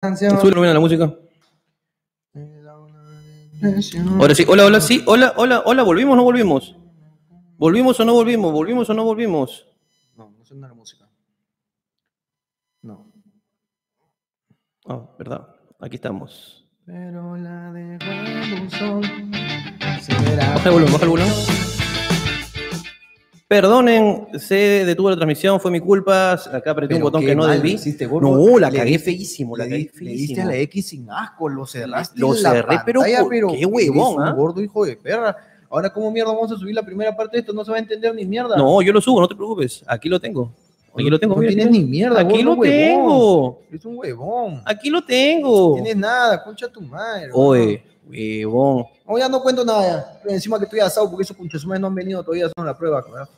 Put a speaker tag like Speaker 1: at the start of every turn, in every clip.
Speaker 1: canción.
Speaker 2: Sube el volumen a la música.
Speaker 1: eh,
Speaker 2: Ahora sí, hola, hola, sí, hola, hola, hola, ¿volvimos o no volvimos? ¿Volvimos o no volvimos? ¿Volvimos o no volvimos?
Speaker 1: No, no suena la música. No.
Speaker 2: Ah, verdad, aquí estamos.
Speaker 1: Pero la de un sol. Se verá.
Speaker 2: Baja el volumen, baja el volumen. Perdonen, se detuvo la transmisión, fue mi culpa, acá apreté un
Speaker 1: Pero
Speaker 2: botón
Speaker 1: qué
Speaker 2: que no
Speaker 1: mal
Speaker 2: debí.
Speaker 1: hiciste, vos,
Speaker 2: No, la
Speaker 1: le
Speaker 2: cagué
Speaker 1: di-
Speaker 2: feísimo, la
Speaker 1: Le
Speaker 2: cagué
Speaker 1: di- le diste a
Speaker 2: feísimo.
Speaker 1: la X sin asco, lo cerraste.
Speaker 2: Lo
Speaker 1: en la
Speaker 2: cerré, pero
Speaker 1: pantalla,
Speaker 2: por- qué huevón,
Speaker 1: eres un
Speaker 2: ¿ah?
Speaker 1: gordo hijo de perra. Ahora, ¿cómo mierda vamos a subir la primera parte de esto? No se va a entender ni mierda.
Speaker 2: No, yo lo subo, no te preocupes, aquí lo tengo. Aquí lo tengo,
Speaker 1: No
Speaker 2: mira,
Speaker 1: tienes
Speaker 2: mira.
Speaker 1: ni mierda,
Speaker 2: Aquí
Speaker 1: gordo
Speaker 2: lo
Speaker 1: huevón.
Speaker 2: tengo,
Speaker 1: Eres un huevón.
Speaker 2: aquí lo tengo.
Speaker 1: No tienes nada, concha tu madre.
Speaker 2: Oye, huevón.
Speaker 1: No, ya no cuento nada. ya. Encima que estoy asado porque esos conchasumes no han venido todavía, son la prueba. ¿verdad?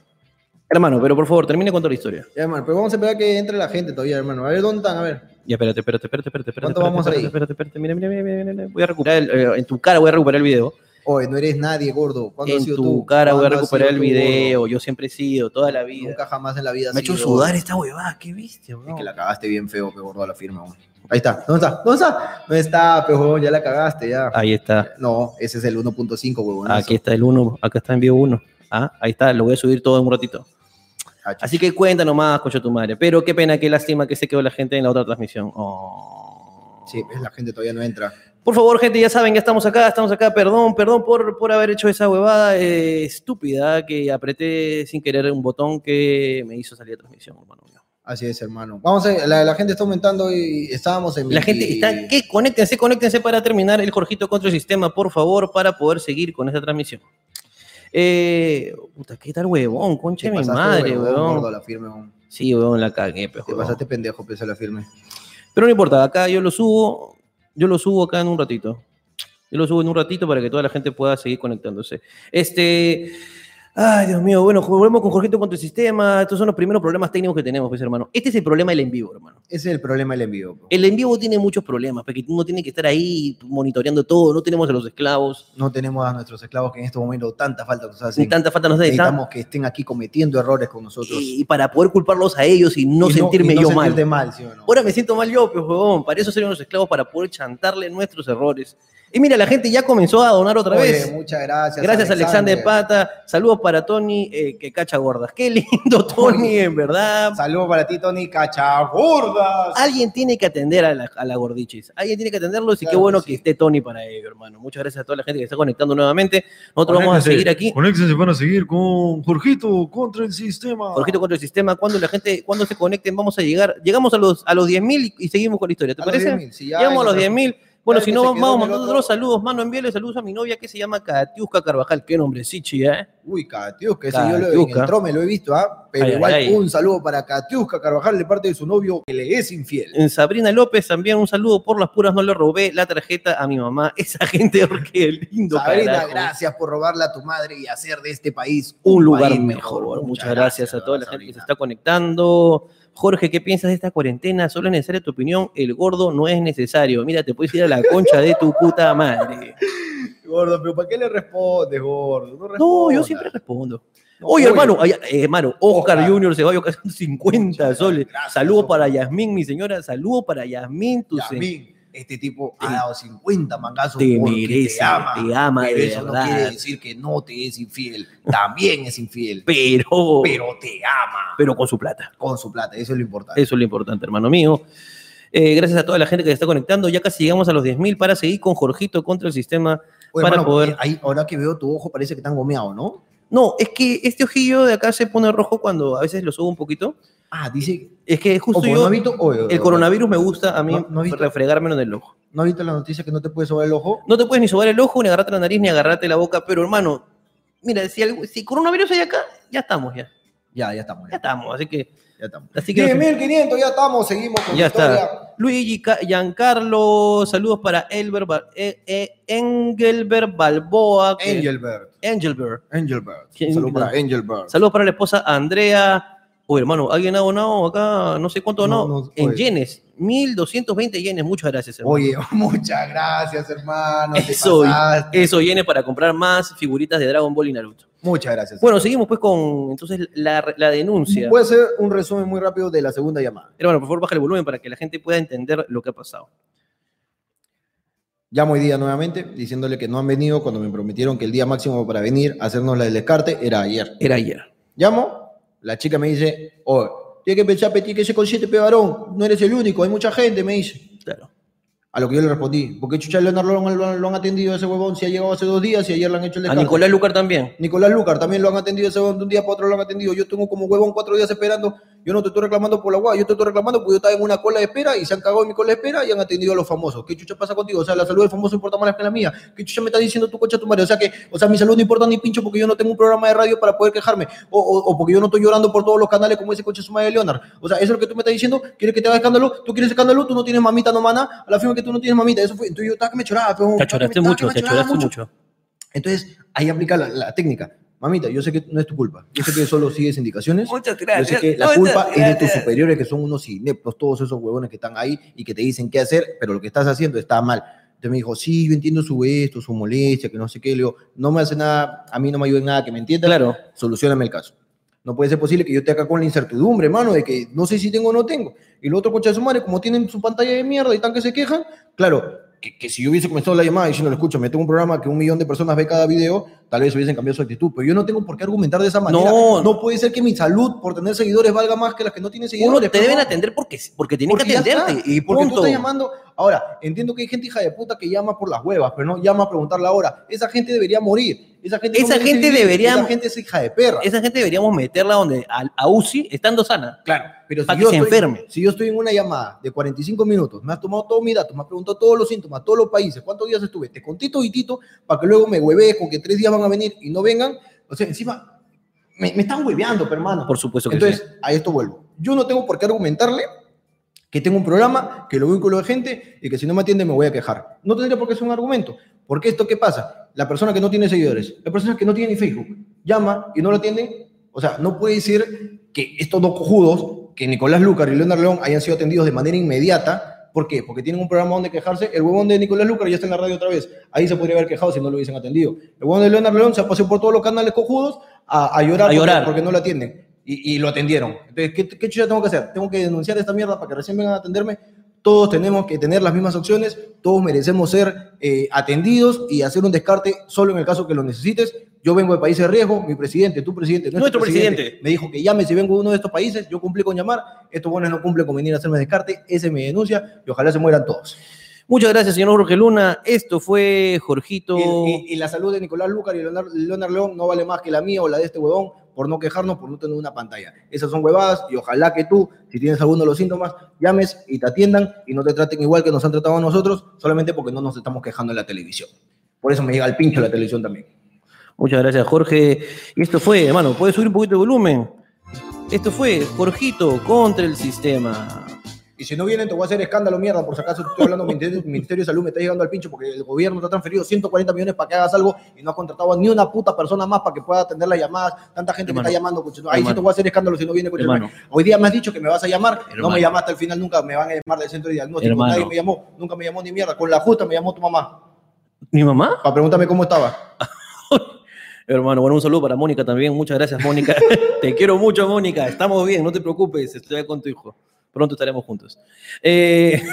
Speaker 2: Hermano, pero por favor, termine contando la historia.
Speaker 1: Ya, hermano, pero vamos a esperar que entre la gente todavía, hermano. A ver, ¿dónde están? A ver.
Speaker 2: Ya, espérate, espérate, espérate, espérate.
Speaker 1: ¿Cuánto
Speaker 2: espérate espérate,
Speaker 1: vamos
Speaker 2: espérate,
Speaker 1: ahí?
Speaker 2: Espérate, espérate, mira, mira, mira, mira, mira. Voy a recuperar, el, eh, en tu cara voy a recuperar el video.
Speaker 1: Oye, no eres nadie, gordo. ¿Cuándo has
Speaker 2: En
Speaker 1: sido
Speaker 2: tu
Speaker 1: tú?
Speaker 2: cara voy a
Speaker 1: ¿Cuándo has
Speaker 2: recuperar el
Speaker 1: sido tú,
Speaker 2: video.
Speaker 1: gordo?
Speaker 2: Yo siempre he sido, toda la vida.
Speaker 1: Nunca jamás en la vida has
Speaker 2: Me ha hecho
Speaker 1: sido-
Speaker 2: sudar esta huevada, qué viste,
Speaker 1: Es
Speaker 2: bro.
Speaker 1: que la cagaste bien feo, pe gordo, a la firma. weón. Ahí está. ¿Dónde está? ¿Dónde está? No está, pe huevón, ya la cagaste, ya.
Speaker 2: Ahí está.
Speaker 1: No, ese es el 1.5, huevón.
Speaker 2: Aquí está el 1, acá está en vivo 1. Ah, ahí está, lo voy a subir todo en un ratito.
Speaker 1: Ah,
Speaker 2: Así que cuenta nomás, coño tu madre. Pero qué pena, qué lástima que se quedó la gente en la otra transmisión. Oh.
Speaker 1: Sí, ves, la gente todavía no entra.
Speaker 2: Por favor, gente, ya saben, ya estamos acá, estamos acá. Perdón, perdón por, por haber hecho esa huevada eh, estúpida que apreté sin querer un botón que me hizo salir de transmisión, hermano mío.
Speaker 1: Así es, hermano. Vamos a ver, la, la gente está aumentando y estábamos en...
Speaker 2: La gente está, que conéctense, conéctense para terminar el Jorgito contra el sistema, por favor, para poder seguir con esta transmisión. Eh, puta, qué tal huevón, conche
Speaker 1: Te
Speaker 2: mi
Speaker 1: pasaste,
Speaker 2: madre,
Speaker 1: huevón,
Speaker 2: huevón.
Speaker 1: gordo, a la firma, huevón.
Speaker 2: Sí, huevón, la cagué, pe,
Speaker 1: Te
Speaker 2: huevón.
Speaker 1: pasaste pendejo, pese a la firme.
Speaker 2: Pero no importa, acá yo lo subo, yo lo subo acá en un ratito. Yo lo subo en un ratito para que toda la gente pueda seguir conectándose. Este, ay Dios mío, bueno, volvemos con Jorgito contra el sistema. Estos son los primeros problemas técnicos que tenemos, pues hermano. Este es el problema del en vivo, hermano.
Speaker 1: Ese es el problema del envío. pe.
Speaker 2: El en vivo tiene muchos problemas, porque uno tiene que estar ahí monitoreando todo, no tenemos a los esclavos,
Speaker 1: No tenemos a nuestros esclavos que en este momento tanta falta nos
Speaker 2: ni
Speaker 1: hacen.
Speaker 2: tanta falta nos da de
Speaker 1: Necesitamos que estén aquí cometiendo errores con nosotros.
Speaker 2: y, y para poder culparlos a ellos y no
Speaker 1: Y
Speaker 2: sentirme
Speaker 1: y no
Speaker 2: yo mal.
Speaker 1: sentirte mal. ¿sí o no?
Speaker 2: Ahora me siento mal yo, pues, huevón. Para eso serían los esclavos, para poder chantarle nuestros errores. Y mira, la gente ya comenzó a donar otra
Speaker 1: Oye,
Speaker 2: vez.
Speaker 1: Muchas gracias.
Speaker 2: Gracias, Alexander. Pata. Saludos para Tony, eh, que cacha gordas. Qué lindo, Tony, en verdad.
Speaker 1: Saludos para ti, Tony Cachagordas.
Speaker 2: Alguien tiene que atender a la, a la gordichis. Alguien tiene que atenderlos y qué
Speaker 1: Claro
Speaker 2: bueno
Speaker 1: que
Speaker 2: que
Speaker 1: sí.
Speaker 2: esté Tony para ello, hermano. Muchas gracias a toda la gente que está conectando nuevamente. Nosotros vamos a seguir aquí.
Speaker 3: Conéctense para seguir con Jorgito contra el sistema.
Speaker 2: Jorgito contra el sistema. Cuando la gente, cuando se conecten, vamos a llegar. Llegamos a los, a los 10.000 y, y seguimos con la historia. ¿Te
Speaker 1: A los
Speaker 2: parece?
Speaker 1: 10.000, sí, ya
Speaker 2: Llegamos a los
Speaker 1: encontramos.
Speaker 2: 10.000. Bueno,
Speaker 1: Claro
Speaker 2: si
Speaker 1: que
Speaker 2: no,
Speaker 1: se
Speaker 2: vamos
Speaker 1: quedó en el
Speaker 2: mandando
Speaker 1: otro.
Speaker 2: otros saludos. Mano, envíale saludos a mi novia que se llama Katiuska Carvajal. Qué nombre, sí, chía, ¿eh?
Speaker 1: Uy, Catiusca, ese yo lo, en
Speaker 2: Catiusca.
Speaker 1: el trome lo he visto, ¿ah? Pero
Speaker 2: Ay,
Speaker 1: igual
Speaker 2: ay, ay.
Speaker 1: un saludo para Catiusca Carvajal de parte de su novio que le es infiel.
Speaker 2: En Sabrina López también un saludo por las puras. No le robé la tarjeta a mi mamá. Esa gente, qué lindo,
Speaker 1: Sabrina,
Speaker 2: carajo.
Speaker 1: gracias por robarle a tu madre y hacer de este país
Speaker 2: Un lugar
Speaker 1: país
Speaker 2: mejor. Muchas, gracias, a toda la gente que
Speaker 1: Sabrina.
Speaker 2: se está conectando. Jorge, ¿qué piensas de esta cuarentena? Solo es necesaria tu opinión. El gordo no es necesario. Mira, te puedes ir a la concha de tu puta madre.
Speaker 1: Gordo, pero ¿para qué le respondes, gordo? No,
Speaker 2: No, yo
Speaker 1: respondas.
Speaker 2: siempre respondo.
Speaker 1: No,
Speaker 2: Oye,
Speaker 1: oye.
Speaker 2: hermano, ay, eh, hermano, Oscar,
Speaker 1: Oscar.
Speaker 2: Junior se va a 50
Speaker 1: Muchas
Speaker 2: soles.
Speaker 1: gracias,
Speaker 2: Saludos
Speaker 1: Oscar.
Speaker 2: para Yasmín, mi señora. Saludos para Yasmín, tu señora.
Speaker 1: Yasmín, este tipo ha dado 50 mangazos
Speaker 2: te
Speaker 1: porque
Speaker 2: merece,
Speaker 1: te ama.
Speaker 2: te ama
Speaker 1: pero
Speaker 2: de
Speaker 1: eso
Speaker 2: verdad.
Speaker 1: no quiere decir que no te es infiel. También es infiel,
Speaker 2: Pero,
Speaker 1: pero te ama
Speaker 2: pero con su plata.
Speaker 1: con su plata. Eso es lo importante.
Speaker 2: Eso es lo importante, hermano mío. Eh, gracias a toda la gente que se está conectando. Ya casi llegamos a los 10.000 para seguir con Jorgito contra el sistema.
Speaker 1: Oye,
Speaker 2: para
Speaker 1: hermano,
Speaker 2: poder-
Speaker 1: ahí, ahora que veo tu ojo parece que están gomeado, ¿no?
Speaker 2: No, es que este ojillo de acá se pone rojo cuando a veces lo subo un poquito.
Speaker 1: Ah, dice.
Speaker 2: Es que justo
Speaker 1: Ojo, Oh,
Speaker 2: Pues yo,
Speaker 1: pues, ¿no, has visto, Oye, oye,
Speaker 2: el
Speaker 1: oye,
Speaker 2: coronavirus me gusta a mí
Speaker 1: ¿No- no has visto?
Speaker 2: refregármelo en el ojo.
Speaker 1: ¿No has visto la noticia que no te puede sobar el ojo?
Speaker 2: No te puedes ni sobar el ojo, ni agarrarte la nariz, ni agarrarte la boca, pero hermano, mira, si, algo- si coronavirus hay acá, ya estamos, ya.
Speaker 1: Ya, ya estamos.
Speaker 2: Ya
Speaker 1: Ya,
Speaker 2: estamos, así que...
Speaker 1: ya estamos.
Speaker 2: Así que no sé-
Speaker 1: 10.500, ya estamos, seguimos con
Speaker 2: Ya
Speaker 1: la historia.
Speaker 2: está. Luigi Ca- Giancarlo, saludos para Elber Ba- eh, eh, Engelbert Balboa. que-
Speaker 1: Angelbert.
Speaker 2: Engelbert.
Speaker 1: Angelbert.
Speaker 2: ¿Quién-
Speaker 1: Saludos para Angelbert.
Speaker 2: Saludos para la esposa Andrea. Oye, hermano, alguien ha donado acá, no sé cuánto
Speaker 4: No,
Speaker 2: donado,
Speaker 4: no,
Speaker 2: en
Speaker 4: oye.
Speaker 2: yenes, 1220 yenes, muchas gracias, hermano.
Speaker 4: Oye, muchas gracias, hermano. te
Speaker 2: Eso,
Speaker 4: pasaste.
Speaker 2: eso yenes para comprar más figuritas de Dragon Ball y Naruto.
Speaker 4: Muchas gracias.
Speaker 2: Bueno, seguimos pues con entonces la, la denuncia.
Speaker 4: Voy a hacer un resumen muy rápido de la segunda llamada.
Speaker 2: Hermano, por favor, baja el volumen para que la gente pueda entender lo que ha pasado.
Speaker 4: Llamo hoy día nuevamente diciéndole que no han venido cuando me prometieron que el día máximo para venir a hacernos la del descarte era ayer.
Speaker 2: Era ayer.
Speaker 4: Llamo, la chica me dice, oye, tiene que pensar, pe, tiene que ser consciente, pe varón, no eres el único, hay mucha gente, me dice.
Speaker 2: Claro.
Speaker 4: A lo que yo le respondí, ¿por qué chucha Leonardo lo, han- lo han- lo han atendido a ese huevón si ha llegado hace dos días y ayer le han hecho el
Speaker 2: A
Speaker 4: descarte?
Speaker 2: Nicolás Lucar también.
Speaker 4: Nicolás Lucar también lo han atendido ese huevón, de un día para otro lo han atendido. Yo tengo como huevón cuatro días esperando. Yo no te estoy reclamando por la guay, yo te estoy reclamando porque yo estaba en una cola de espera y se han cagado en mi cola de espera y han atendido a los famosos. ¿Qué chucha pasa contigo? O sea, la salud del famoso importa más que la mía. ¿Qué chucha me está diciendo tu cocha tu madre? O sea, que, o sea, mi salud no importa ni pincho porque yo no tengo un programa de radio para poder quejarme. O, o- o porque yo no estoy llorando por todos los canales como ese coche su madre Leonard. O sea, eso es lo que tú me estás diciendo. ¿Quieres que te haga escándalo? ¿Tú quieres escándalo? ¿Tú no tienes mamita, no mana? A la firma que tú no tienes mamita. Eso fue. Entonces yo estaba que me choraba, pero.
Speaker 2: Te achoraste mucho, te achoraste mucho.
Speaker 4: Entonces, ahí aplica la, la técnica. Mamita, yo sé que no es tu culpa. Yo sé que solo sigues indicaciones.
Speaker 2: Muchas
Speaker 4: Yo sé que la culpa es de tus superiores, que son unos ineptos, todos esos huevones que están ahí y que te dicen qué hacer, pero lo que estás haciendo está mal. Entonces me dijo, sí, yo entiendo su esto, su molestia, que no sé qué. Le digo, no me hace nada, a mí no me ayuda en nada, que me entiendan.
Speaker 2: Claro.
Speaker 4: Solucioname el caso. No puede ser posible que yo esté acá con la incertidumbre, hermano, de que no sé si tengo o no tengo. Y los otros coches de su madre, como tienen su pantalla de mierda y tan que se quejan, claro, que, que si yo hubiese comenzado la llamada diciendo, escúchame, tengo un programa que un millón de personas ve cada video, tal vez hubiesen cambiado su actitud, pero yo no tengo por qué argumentar de esa manera.
Speaker 2: No.
Speaker 4: puede ser que mi salud por tener seguidores valga más que las que no tienen
Speaker 2: Uno
Speaker 4: seguidores.
Speaker 2: te
Speaker 4: pero
Speaker 2: deben
Speaker 4: no.
Speaker 2: atender porque, porque tienen
Speaker 4: Porque
Speaker 2: que
Speaker 4: ya
Speaker 2: atenderte.
Speaker 4: está,
Speaker 2: Y
Speaker 4: porque
Speaker 2: punto.
Speaker 4: tú estás llamando. Ahora, entiendo que hay gente hija de puta que llama por las huevas, pero no llama a preguntar la hora. Esa gente debería morir. Esa gente, no
Speaker 2: Esa
Speaker 4: merece
Speaker 2: gente
Speaker 4: vivir.
Speaker 2: debería-
Speaker 4: Esa gente es hija de perra.
Speaker 2: Esa gente deberíamos meterla donde a, a UCI estando sana.
Speaker 4: Claro, pero
Speaker 2: pa'
Speaker 4: si
Speaker 2: que
Speaker 4: yo,
Speaker 2: se
Speaker 4: estoy,
Speaker 2: enferme.
Speaker 4: si yo estoy en una llamada de 45 minutos, me has tomado todos mis datos, me has preguntado todos los síntomas, todos los países, cuántos días estuve, te conté toditito para que luego me huevees con que tres días van a venir y no vengan. O sea, encima, me, me están hueveando, pero, hermano.
Speaker 2: Por supuesto que
Speaker 4: Entonces, a esto vuelvo. Yo no tengo por qué argumentarle que tengo un programa, que lo vínculo de gente y que si no me atiende me voy a quejar. No tendría por qué ser un argumento. Porque esto, ¿qué pasa? La persona que no tiene seguidores, la persona que no tiene ni Facebook, llama y no lo atiende. O sea, no puede decir que estos dos cojudos, que Nicolás Lucar y Leonard León, hayan sido atendidos de manera inmediata. ¿Por qué? Porque tienen un programa donde quejarse. El huevón de Nicolás Lucar ya está en la radio otra vez. Ahí se podría haber quejado si no lo hubiesen atendido. El huevón de Leonard León se pasó por todos los canales cojudos a, a llorar,
Speaker 2: A
Speaker 4: porque-
Speaker 2: llorar.
Speaker 4: porque no lo atienden. Y, y lo atendieron. Entonces, ¿qué, ¿qué chucha tengo que hacer? ¿Tengo que denunciar esta mierda para que recién vengan a atenderme? Todos tenemos que tener las mismas opciones, todos merecemos ser eh, atendidos y hacer un descarte solo en el caso que lo necesites. Yo vengo de países de riesgo, mi presidente, tu presidente,
Speaker 2: Nuestro presidente.
Speaker 4: me dijo que llame si vengo de uno de estos países, yo cumplí con llamar, estos buenos no cumplen con venir a hacerme descarte, esa es mi denuncia y ojalá se mueran todos.
Speaker 2: Muchas gracias, señor Jorge Luna. Esto fue Jorgito.
Speaker 4: Y, y- y la salud de Nicolás Lucar y Leonard, Leonard León no vale más que la mía o la de este huevón por no quejarnos, por no tener una pantalla. Esas son huevadas y ojalá que tú, si tienes alguno de los síntomas, llames y te atiendan y no te traten igual que nos han tratado a nosotros solamente porque no nos estamos quejando en la televisión. Por eso me llega el pincho la televisión también.
Speaker 2: Muchas gracias, Jorge. Y esto fue, hermano, ¿puedes subir un poquito de volumen? Esto fue Jorgito contra el sistema.
Speaker 4: Y si no vienen, te voy a hacer escándalo, mierda. Por si acaso estoy hablando con el Ministerio de Salud, me está llegando al pincho porque el gobierno te ha transferido 140 millones para que hagas algo y no has contratado a ni una puta persona más para que pueda atender las llamadas. Tanta gente
Speaker 2: Hermano.
Speaker 4: que está llamando. coche. Ahí sí te
Speaker 2: Hermano.
Speaker 4: voy a hacer escándalo si no viene. coche.
Speaker 2: Hermano.
Speaker 4: Hoy día me has dicho que me vas a llamar. No
Speaker 2: Hermano.
Speaker 4: me llamaste al final nunca. Me van a llamar del centro de diagnóstico.
Speaker 2: Hermano.
Speaker 4: Nadie me llamó. Nunca me llamó ni mierda. Con la justa me llamó tu mamá
Speaker 2: ¿Mi mamá?
Speaker 4: para preguntarme cómo estaba.
Speaker 2: Hermano, bueno, un saludo para Mónica también. Muchas gracias, Mónica. te quiero mucho, Mónica. Estamos bien, no te preocupes. Estoy acá con tu hijo. Pronto estaremos juntos. Eh,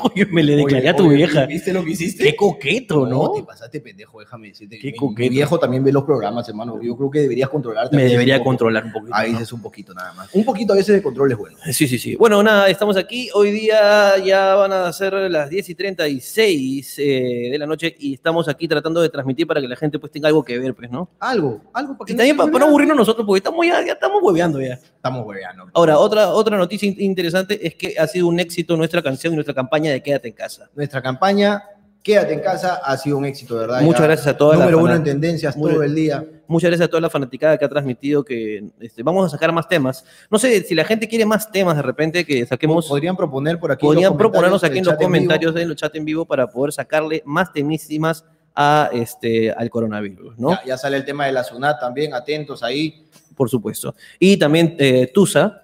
Speaker 2: Oye, me le declaré
Speaker 4: Oye,
Speaker 2: a tu
Speaker 4: oye,
Speaker 2: vieja.
Speaker 4: ¿Viste lo que hiciste?
Speaker 2: Qué coqueto, ¿no?
Speaker 4: te pasaste este pendejo, déjame decirte.
Speaker 2: Qué
Speaker 4: Mi- mi
Speaker 2: coqueto.
Speaker 4: viejo también ve los programas, hermano. Yo creo que deberías controlarte.
Speaker 2: Me
Speaker 4: un
Speaker 2: debería
Speaker 4: poco.
Speaker 2: controlar un poquito.
Speaker 4: Ahí
Speaker 2: ¿no?
Speaker 4: es un poquito nada más. Un poquito a veces de control es bueno.
Speaker 2: Sí, sí, sí. Bueno, nada, estamos aquí. Hoy día ya van a ser las 10 y 36 eh, de la noche y estamos aquí tratando de transmitir para que la gente pues tenga algo que ver, pues, ¿no?
Speaker 4: Algo, algo para que
Speaker 2: Y también
Speaker 4: se
Speaker 2: para, para no
Speaker 4: huevee.
Speaker 2: aburrirnos nosotros, porque estamos ya, ya estamos hueveando ya.
Speaker 4: Estamos hueveando.
Speaker 2: Ahora, otra, otra noticia in- interesante es que ha sido un éxito nuestra canción y nuestra campaña de Quédate en casa.
Speaker 4: Nuestra campaña, quédate en casa, ha sido un éxito, de ¿verdad?
Speaker 2: Muchas
Speaker 4: Ya
Speaker 2: gracias a todas las
Speaker 4: Número uno
Speaker 2: fanas-
Speaker 4: en tendencias
Speaker 2: Muy-
Speaker 4: todo el día.
Speaker 2: Muchas gracias a toda la fanaticada que ha transmitido que este, vamos a sacar más temas. No sé si la gente quiere más temas de repente que saquemos.
Speaker 4: Podrían proponer por aquí. en los
Speaker 2: Podrían
Speaker 4: comentarios,
Speaker 2: proponernos aquí
Speaker 4: el
Speaker 2: en los
Speaker 4: chat vivo.
Speaker 2: comentarios, en, los chat en vivo, para poder sacarle más temísimas a este, al coronavirus, ¿no?
Speaker 4: Ya, ya sale el tema de la SUNAT también, atentos ahí.
Speaker 2: por supuesto. Y también eh, Tusa,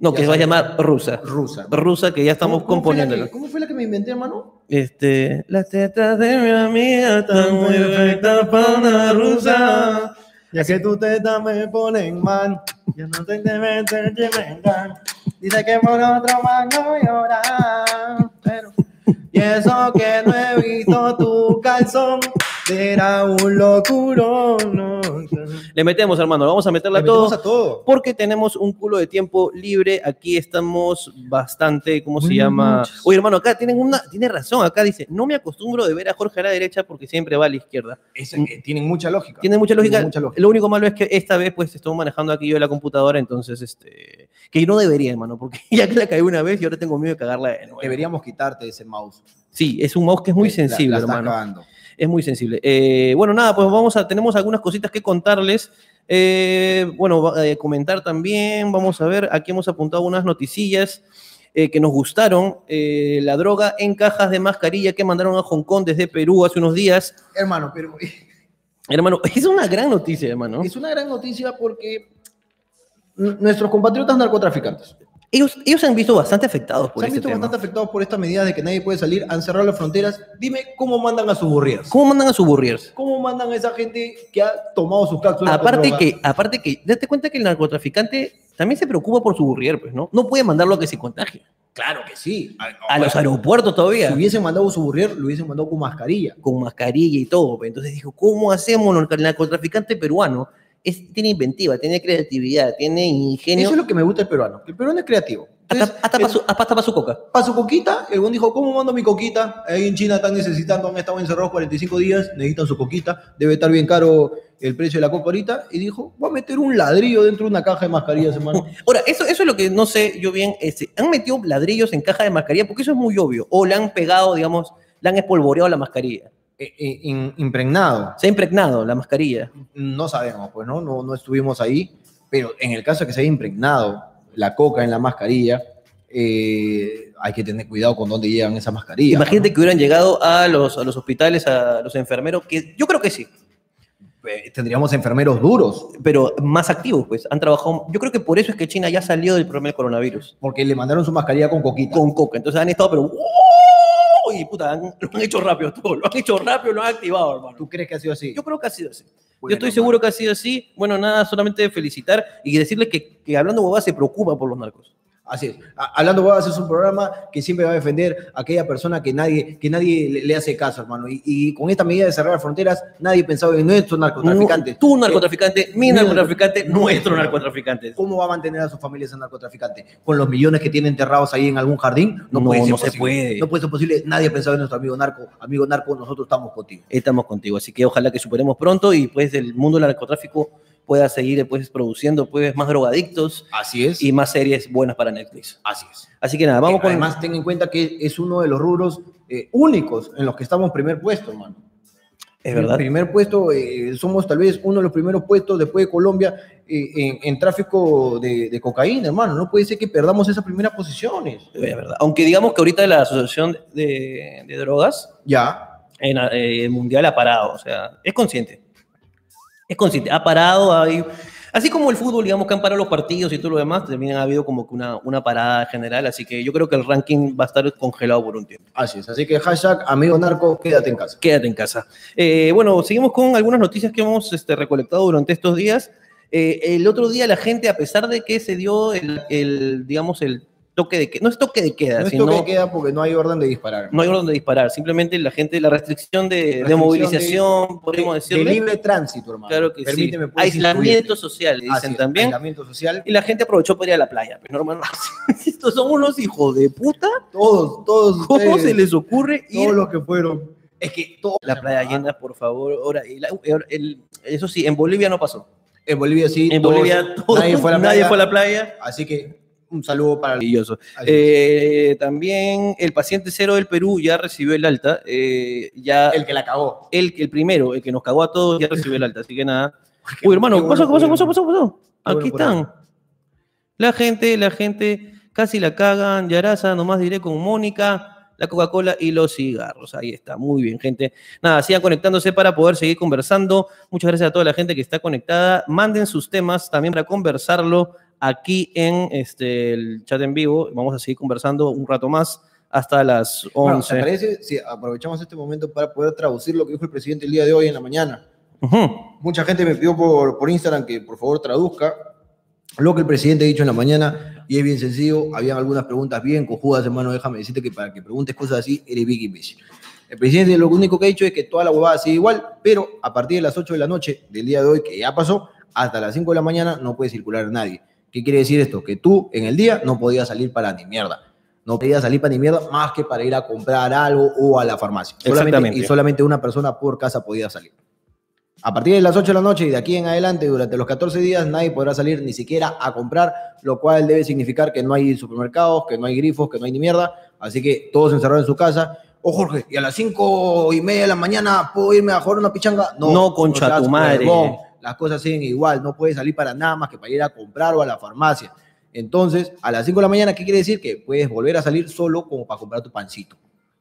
Speaker 2: no,
Speaker 4: Ya
Speaker 2: que se va a
Speaker 4: sabía.
Speaker 2: llamar Rusa.
Speaker 4: Rusa.
Speaker 2: Rusa, que ya estamos
Speaker 4: ¿Cómo- cómo fue la
Speaker 2: componiéndola.
Speaker 4: que- ¿Cómo fue la que me inventé, hermano?
Speaker 2: Este, las tetas de mi amiga están muy perfectas para una rusa.
Speaker 1: Ya que tu teta me ponen mal, yo no te meto el tremenda. Dice que por otro man no llora,
Speaker 4: Ah,
Speaker 1: pero... Y eso que no he visto tu calzón, era un locurón. No.
Speaker 2: Le metemos, hermano, vamos a meterla
Speaker 4: Le
Speaker 2: a todos.
Speaker 4: metemos a todo.
Speaker 2: porque tenemos un culo de tiempo libre. Aquí estamos bastante, ¿cómo se
Speaker 1: Buenas
Speaker 2: llama?
Speaker 1: noches.
Speaker 2: Oye, hermano, acá tienen una, tiene razón. Acá dice, no me acostumbro de ver a Jorge a la derecha porque siempre va a la izquierda.
Speaker 4: Es- eh, tienen mucha lógica.
Speaker 2: Tiene mucha lógica.
Speaker 4: Tiene mucha lógica.
Speaker 2: Lo único malo es que esta vez, pues, estamos manejando aquí yo la computadora, entonces, este, que no debería, hermano, porque ya que la caí una vez y ahora tengo miedo de cagarla de nuevo.
Speaker 4: Deberíamos quitarte ese mouse.
Speaker 2: Sí, es un mouse que es muy
Speaker 4: Eh, La- la
Speaker 2: sensible,
Speaker 4: estás
Speaker 2: hermano.
Speaker 4: cagando.
Speaker 2: Es muy sensible. Eh, bueno, nada, pues vamos a, tenemos algunas cositas que contarles. Eh, bueno, va- eh, comentar también, vamos a ver, aquí hemos apuntado unas noticillas eh, que nos gustaron. Eh, la droga en cajas de mascarilla que mandaron a Hong Kong desde Perú hace unos días.
Speaker 4: Hermano, pero
Speaker 2: Hermano, es una gran noticia, hermano.
Speaker 4: es una gran noticia porque n- nuestros compatriotas narcotraficantes
Speaker 2: Ellos, ellos se han visto bastante afectados por
Speaker 4: se han
Speaker 2: este
Speaker 4: visto
Speaker 2: tema.
Speaker 4: bastante afectados por estas medidas de que nadie puede salir, han cerrado las fronteras. Dime cómo mandan a sus burriers.
Speaker 2: ¿Cómo mandan a sus burriers?
Speaker 4: ¿Cómo mandan a esa gente que ha tomado sus cápsulas? con
Speaker 2: Aparte
Speaker 4: droga?
Speaker 2: que, aparte que, date cuenta que el narcotraficante también se preocupa por su burrier, pues, ¿no? No puede mandarlo a que se contagie.
Speaker 4: Claro que sí. A,
Speaker 2: A los aeropuertos todavía.
Speaker 4: Si hubiesen mandado su burrier, lo hubiesen mandado con mascarilla.
Speaker 2: con mascarilla y todo. pues. Entonces dijo, ¿cómo hacemos? El narcotraficante peruano es, tiene inventiva, tiene creatividad, tiene ingenio.
Speaker 4: Eso es lo que me gusta del peruano. que El peruano es creativo.
Speaker 2: hasta,
Speaker 4: Entonces,
Speaker 2: hasta
Speaker 4: el-
Speaker 2: pa' su- hasta pa' su coca.
Speaker 4: Para su coquita, el buen dijo, ¿cómo mando mi coquita? Ahí en China están necesitando, han estado encerrados 45 días, necesitan su coquita, debe estar bien caro el precio de la coca ahorita, y dijo, voy a meter un ladrillo dentro de una caja de mascarillas, hermano.
Speaker 2: Ahora, eso, eso es lo que no sé yo bien. este, han metido ladrillos en caja de mascarilla porque eso es muy obvio. O le han pegado, digamos, le han espolvoreado la mascarilla.
Speaker 4: Eh, eh, in- impregnado,
Speaker 2: Se ha impregnado la mascarilla.
Speaker 4: no sabemos, pues no, no, no estuvimos ahí, pero en el caso de que se haya impregnado la coca en la mascarilla, eh, hay que tener cuidado con dónde llegan esas mascarillas.
Speaker 2: Imagínate que hubieran llegado a los, a los hospitales, a los enfermeros, que yo creo que sí,
Speaker 4: ¿no? Eh, Tendríamos enfermeros duros,
Speaker 2: pero más activos, pues. Han trabajado. Yo creo que por eso es que China ya salió del problema del coronavirus.
Speaker 4: porque le mandaron su mascarilla con coquita.
Speaker 2: con coca. Entonces han estado, pero ¡wow! y puta, han- lo han hecho rápido todo, lo han hecho rápido, lo han activado, hermano.
Speaker 4: ¿Tú crees que ha sido así?
Speaker 2: Yo creo que ha sido así.
Speaker 4: Bueno,
Speaker 2: Yo estoy seguro que ha sido así. Bueno, nada, solamente felicitar y decirles que, que hablando huevadas se preocupa por los narcos.
Speaker 4: Así es. Ha- Hablando Huevas es un programa que siempre va a defender a aquella persona que nadie, que nadie le, le hace caso, hermano. Y, y con esta medida de cerrar las fronteras, nadie pensaba en nuestro narcotraficante.
Speaker 2: No, tú, narcotraficante, mi
Speaker 4: Mi
Speaker 2: narcotraficante,
Speaker 4: narcotraficante,
Speaker 2: nuestro
Speaker 4: Eh, nuestro
Speaker 2: narcotraficante.
Speaker 4: Eh, ¿Cómo va a mantener a su familia ese narcotraficante? ¿Con los millones que tiene enterrados ahí en algún jardín? No,
Speaker 2: No,
Speaker 4: puede ser
Speaker 2: no se
Speaker 4: posible.
Speaker 2: puede.
Speaker 4: No puede ser posible. Nadie pensaba en nuestro amigo narco. Amigo narco, nosotros estamos contigo.
Speaker 2: Estamos contigo, así que ojalá que superemos pronto y pues el mundo del narcotráfico pueda seguir pues produciendo pues más drogadictos
Speaker 4: Así es.
Speaker 2: y más series buenas para Netflix.
Speaker 4: así es. Eh,
Speaker 2: Así que nada, vamos con
Speaker 4: Además, ten en cuenta que es uno de los rubros eh, únicos en los que estamos primer puesto, hermano.
Speaker 2: es verdad.
Speaker 4: Primer puesto, eh, somos tal vez uno de los primeros puestos después de Colombia eh, en, en tráfico de, de cocaína, hermano. No puede ser que perdamos esas primeras posiciones.
Speaker 2: Es verdad. Aunque digamos que ahorita la Asociación de, de Drogas
Speaker 4: Ya.
Speaker 2: en, eh, mundial ha parado, o sea, es consciente. Es consciente, ha parado, hay- así como el fútbol, digamos que han parado los partidos y todo lo demás, también ha habido como que una, una parada general, así que yo creo que el ranking va a estar congelado por un tiempo.
Speaker 4: Así es. Así que hashtag amigo narco, quédate en casa.
Speaker 2: Quédate en casa. Eh, bueno, seguimos con algunas noticias que hemos este, recolectado durante estos días. Eh, el otro día la gente, a pesar de que se dio el, el, digamos, el toque de queda, no es toque de queda,
Speaker 4: No es
Speaker 2: sino...
Speaker 4: toque de queda porque no hay orden de disparar.
Speaker 2: no hay orden de disparar, simplemente la gente, la restricción de, de
Speaker 4: Restricción
Speaker 2: movilización, podríamos
Speaker 4: de
Speaker 2: decirle.
Speaker 4: libre tránsito, hermano.
Speaker 2: claro que
Speaker 4: Permíteme,
Speaker 2: sí.
Speaker 4: puedes
Speaker 2: Aislamiento
Speaker 4: instruirte.
Speaker 2: social, le
Speaker 4: Así
Speaker 2: dicen
Speaker 4: es,
Speaker 2: también.
Speaker 4: Aislamiento social.
Speaker 2: Y la gente aprovechó para ir a la playa. Pero hermano, estos son unos hijos de puta.
Speaker 4: Todos, todos.
Speaker 2: ¿Cómo
Speaker 4: ustedes,
Speaker 2: se les ocurre ir
Speaker 4: Todos los que fueron. Es que todos.
Speaker 2: a la playa llena, por favor? Ahora, y la- el- el- eso sí, en Bolivia no pasó.
Speaker 4: En Bolivia sí.
Speaker 2: En
Speaker 4: todos-
Speaker 2: Bolivia todo-
Speaker 4: nadie fue a la playa.
Speaker 2: playa.
Speaker 4: Así que un saludo para.
Speaker 2: Maravilloso.
Speaker 4: Así es.
Speaker 2: Eh, también el paciente cero del Perú ya recibió el alta. eh, ya
Speaker 4: el que la cagó.
Speaker 2: el, el primero, el que nos cagó a todos, ya recibió el alta. Así que nada. Uy, hermano, ¿qué pasó? ¿Qué pasó? ¿Qué pasó? ¿Qué pasó?
Speaker 4: bueno
Speaker 2: Aquí
Speaker 4: por
Speaker 2: están.
Speaker 4: él.
Speaker 2: La gente, la gente, casi la cagan. Yaraza, nomás diré con Mónica. la Coca-Cola y los cigarros. Ahí está, muy bien, gente. Nada, sigan conectándose para poder seguir conversando. Muchas gracias a toda la gente que está conectada. Manden sus temas también para conversarlo aquí en este, el chat en vivo. Vamos a seguir conversando un rato más hasta las
Speaker 4: Bueno,
Speaker 2: 11.
Speaker 4: ¿Te parece si aprovechamos este momento para poder traducir lo que dijo el presidente el día de hoy en la mañana?
Speaker 2: Ujú.
Speaker 4: Mucha gente me pidió por, por Instagram que por favor traduzca lo que el presidente ha dicho en la mañana y es bien sencillo. Habían algunas preguntas bien cojudas, hermano. Déjame decirte que para que preguntes cosas así, eres big imbécil. El presidente lo único que ha dicho es que toda la huevada sigue igual, pero a partir de las 8 de la noche del día de hoy, que ya pasó, hasta las 5 de la mañana no puede circular nadie. ¿Qué quiere decir esto? Que tú en el día no podías salir para ni mierda. No podías salir para ni mierda más que para ir a comprar algo o a la farmacia. Solamente-
Speaker 2: Exactamente.
Speaker 4: y solamente una persona por casa podía salir. A partir de las 8 de la noche y de aquí en adelante, durante los 14 días, nadie podrá salir ni siquiera a comprar, lo cual debe significar que no hay supermercados, que no hay grifos, que no hay ni mierda. Así que todos encerrados en su casa. Oh, Jorge, ¿y a las 5 y media de la mañana puedo irme a jugar una pichanga?
Speaker 2: No, concha
Speaker 4: seas
Speaker 2: tu madre.
Speaker 4: huevón. Las cosas siguen igual, no puedes salir para nada más que para ir a comprar o a la farmacia. Entonces, a las 5 de la mañana, ¿qué quiere decir? Que puedes volver a salir solo como para comprar tu pancito.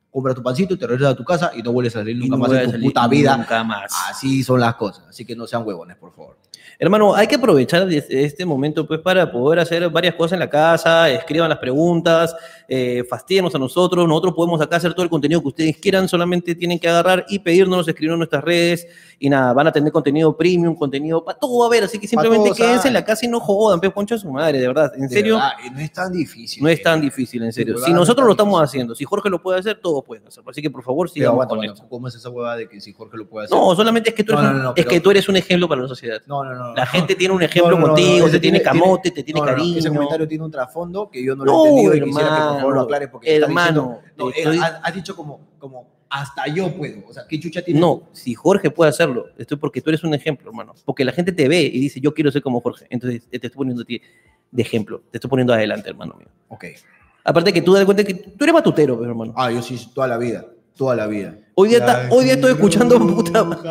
Speaker 4: Compra tu pancito, te regresas a tu casa y no vuelves a salir
Speaker 2: Y
Speaker 4: nunca
Speaker 2: no
Speaker 4: más
Speaker 2: voy
Speaker 4: en
Speaker 2: a
Speaker 4: tu
Speaker 2: salir
Speaker 4: puta vida.
Speaker 2: Nunca más.
Speaker 4: Así son las cosas. Así que no sean huevones, por favor.
Speaker 2: Hermano, hay que aprovechar de- de este momento pues para poder hacer varias cosas en la casa, escriban las preguntas, eh, fastidienos a nosotros, nosotros podemos acá hacer todo el contenido que ustedes quieran, solamente tienen que agarrar y pedirnos, escribirnos en nuestras redes y nada, van a tener contenido premium, contenido para todo a ver, así que simplemente
Speaker 4: todo,
Speaker 2: quédense
Speaker 4: ¿sabes?
Speaker 2: en la casa y no jodan, pues concha de su madre, de verdad, en
Speaker 4: ah. De
Speaker 2: serio,
Speaker 4: verdad, eh, no es tan difícil.
Speaker 2: no es
Speaker 4: eh.
Speaker 2: tan difícil, en serio.
Speaker 4: verdad,
Speaker 2: Si
Speaker 4: no es
Speaker 2: nosotros
Speaker 4: tan
Speaker 2: lo estamos
Speaker 4: difícil.
Speaker 2: haciendo, si Jorge lo puede hacer, todos pueden hacerlo, así que por favor
Speaker 4: Pero
Speaker 2: sigan
Speaker 4: aguanta,
Speaker 2: con
Speaker 4: aguanta.
Speaker 2: esto.
Speaker 4: ¿Cómo es esa huevada de que si Jorge lo puede hacer?
Speaker 2: No, solamente es que tú eres,
Speaker 4: No,
Speaker 2: un-
Speaker 4: no, no,
Speaker 2: es
Speaker 4: pero-
Speaker 2: que tú eres un ejemplo para la sociedad.
Speaker 4: no, no. no,
Speaker 2: La
Speaker 4: no.
Speaker 2: gente tiene un
Speaker 4: No,
Speaker 2: ejemplo
Speaker 4: no, no, no,
Speaker 2: contigo,
Speaker 4: ese
Speaker 2: te tiene, camote, te tiene
Speaker 4: no, no, no,
Speaker 2: cariño.
Speaker 4: Ese comentario tiene un trasfondo que yo no lo
Speaker 2: No,
Speaker 4: he entendido y quisiera que por favor lo
Speaker 2: hermano,
Speaker 4: aclares porque está
Speaker 2: hermano,
Speaker 4: diciendo- no,
Speaker 2: te
Speaker 4: eh,
Speaker 2: estoy-
Speaker 4: has, has dicho como, como hasta yo puedo. O sea, ¿qué chucha tiene?
Speaker 2: No, si Jorge puede hacerlo, esto es porque tú eres un ejemplo, hermano. Porque la gente te ve y dice, yo quiero ser como Jorge. Entonces te estoy poniendo a ti de ejemplo, te estoy poniendo adelante, hermano mío.
Speaker 4: Ok.
Speaker 2: Aparte que tú das cuenta que tú eres matutero, pero, hermano.
Speaker 4: Ah, yo sí, toda la vida. Toda la vida.
Speaker 2: Hoy día, está- hoy día estoy escuchando... puta madre.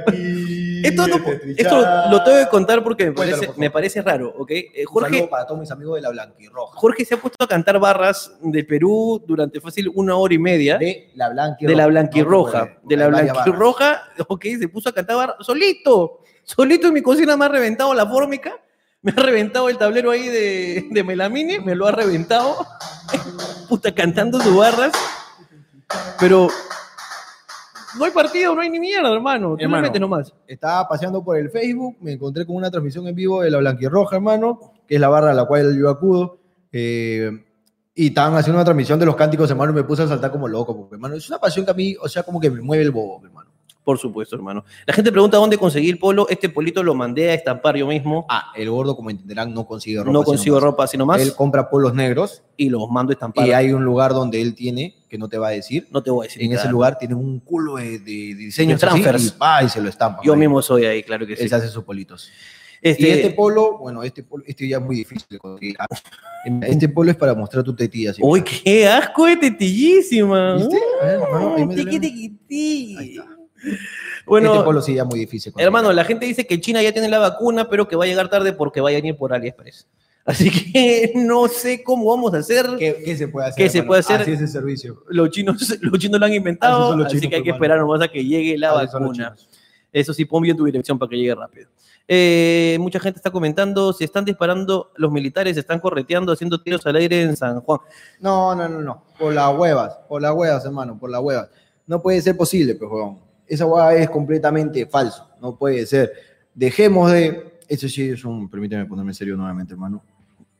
Speaker 2: esto,
Speaker 4: Este
Speaker 2: no- esto lo, lo tengo que contar porque me
Speaker 4: Cuéntalo,
Speaker 2: parece,
Speaker 4: por favor.
Speaker 2: me parece raro, ¿ok? Eh,
Speaker 4: Jorge.
Speaker 2: Jorge,
Speaker 4: para todos mis amigos de la Blanquirroja.
Speaker 2: Jorge se ha puesto a cantar barras de Perú durante fácil una hora y media.
Speaker 4: De la Blanquirroja.
Speaker 2: de la
Speaker 4: No, no,
Speaker 2: blanquirroja,
Speaker 4: no,
Speaker 2: de la
Speaker 4: hay varias barras.
Speaker 2: blanquirroja, ok, se puso a cantar bar- solito, solito en mi cocina me ha reventado la fórmica, me ha reventado el tablero ahí de, de melamine, me lo ha reventado, puta, cantando sus barras, pero no hay partido, no hay ni mierda, hermano, tú
Speaker 4: Hermano.
Speaker 2: le metes nomás.
Speaker 4: estaba paseando por el Facebook, me encontré con una transmisión en vivo de la Blanquirroja, hermano, que es la barra a la cual yo acudo. eh, y estaban haciendo una transmisión de los cánticos, hermano, y me puse a saltar como loco, porque, hermano, es una pasión que a mí, o sea, como que me mueve el bobo, hermano.
Speaker 2: Por supuesto, hermano. La gente pregunta dónde conseguir polo, este polito lo mandé a estampar yo mismo,
Speaker 4: Ah, el gordo, como entenderán, no consigue Ah, ropa.
Speaker 2: no
Speaker 4: así
Speaker 2: consigo
Speaker 4: nomás.
Speaker 2: ropa así nomás
Speaker 4: Él compra polos negros
Speaker 2: y los mando a estampar.
Speaker 4: y hay un lugar donde él tiene, que no te va a decir.
Speaker 2: no te voy a decir.
Speaker 4: En ese
Speaker 2: nada.
Speaker 4: lugar tiene un culo de, de diseños
Speaker 2: De
Speaker 4: así,
Speaker 2: transfers.
Speaker 4: y, pa, y se lo estampa.
Speaker 2: Yo
Speaker 4: man.
Speaker 2: mismo soy ahí, claro que
Speaker 4: Él
Speaker 2: sí.
Speaker 4: se hace sus politos.
Speaker 2: Este-
Speaker 4: Y este polo, bueno, este polo, este ya es muy difícil de conseguir. Ah, Este polo es para mostrar tu tetilla. ¿sí?
Speaker 2: ¡Uy, qué asco de tetillísima!
Speaker 4: ¿Viste? A ver, hermano, ahí
Speaker 2: Mm,
Speaker 4: me
Speaker 2: tiqui,
Speaker 4: duele.
Speaker 2: tiqui, ti.
Speaker 4: Ahí está. este
Speaker 2: Bueno,
Speaker 4: polo sí ya es muy difícil. de conseguir.
Speaker 2: hermano, la gente dice que China ya tiene la vacuna, pero que va a llegar tarde porque va a venir por AliExpress. Así que no sé cómo vamos a hacer.
Speaker 4: ¿Qué, qué se puede hacer?
Speaker 2: ¿Qué se
Speaker 4: hermano?
Speaker 2: puede hacer?
Speaker 4: Así es el servicio.
Speaker 2: Los chinos, los chinos lo han
Speaker 4: Así
Speaker 2: inventado,
Speaker 4: Ah, son
Speaker 2: así,
Speaker 4: los chinos, pues,
Speaker 2: que hay que
Speaker 4: hermano.
Speaker 2: esperar nomás a que llegue la
Speaker 4: Así son los
Speaker 2: vacuna.
Speaker 4: chinos.
Speaker 2: Eso sí, pon bien tu dirección para que llegue rápido. Eh, mucha gente está comentando, si están disparando los militares, se están correteando, haciendo tiros al aire en San Juan.
Speaker 4: No, no, no, no. Por las huevas, por las huevas, hermano, por las huevas. No puede ser posible, pues, huevón. Esa hueva es completamente falso. No puede ser. Dejemos de. Eso sí es un. Permíteme ponerme en serio nuevamente, hermano.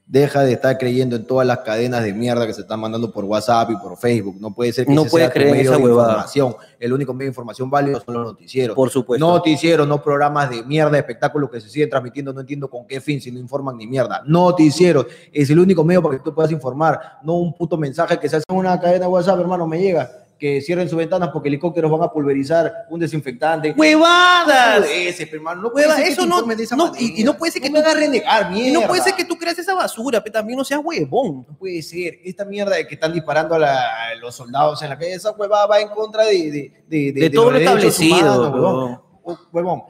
Speaker 4: Deja de estar creyendo en todas las cadenas de mierda que se están mandando por WhatsApp y por Facebook. No puede ser que
Speaker 2: No
Speaker 4: ese
Speaker 2: puedes
Speaker 4: sea tu
Speaker 2: creer en
Speaker 4: medio
Speaker 2: esa
Speaker 4: de
Speaker 2: huevada.
Speaker 4: información. El único medio de información válido son los noticieros.
Speaker 2: Por supuesto.
Speaker 4: Noticieros, no programas de mierda, espectáculos que se siguen transmitiendo, no entiendo con qué fin, si no informan ni mierda. Noticieros, es el único medio para que tú puedas informar, no un puto mensaje que se hace en una cadena de WhatsApp, hermano, me llega, que cierren sus ventanas porque helicópteros van a pulverizar un desinfectante.
Speaker 2: ¡Huevadas!
Speaker 4: Ese, hermano, no puede
Speaker 2: Hueva,
Speaker 4: ser que
Speaker 2: eso
Speaker 4: te
Speaker 2: no,
Speaker 4: informen de esa
Speaker 2: no, y, y no
Speaker 4: manera.
Speaker 2: puede ser que
Speaker 4: No me
Speaker 2: tú
Speaker 4: hagas renegar,
Speaker 2: y no puede
Speaker 4: mierda.
Speaker 2: ser que tú creas esa basura, pero también no seas huevón.
Speaker 4: No puede ser. Esta mierda de que están disparando a, la- a los soldados en la calle, esa huevada va en contra de, de, de,
Speaker 2: De todo
Speaker 4: los
Speaker 2: lo
Speaker 4: derechos
Speaker 2: establecido,
Speaker 4: humanos, huevón.
Speaker 2: huevón.
Speaker 4: Oh, huevón.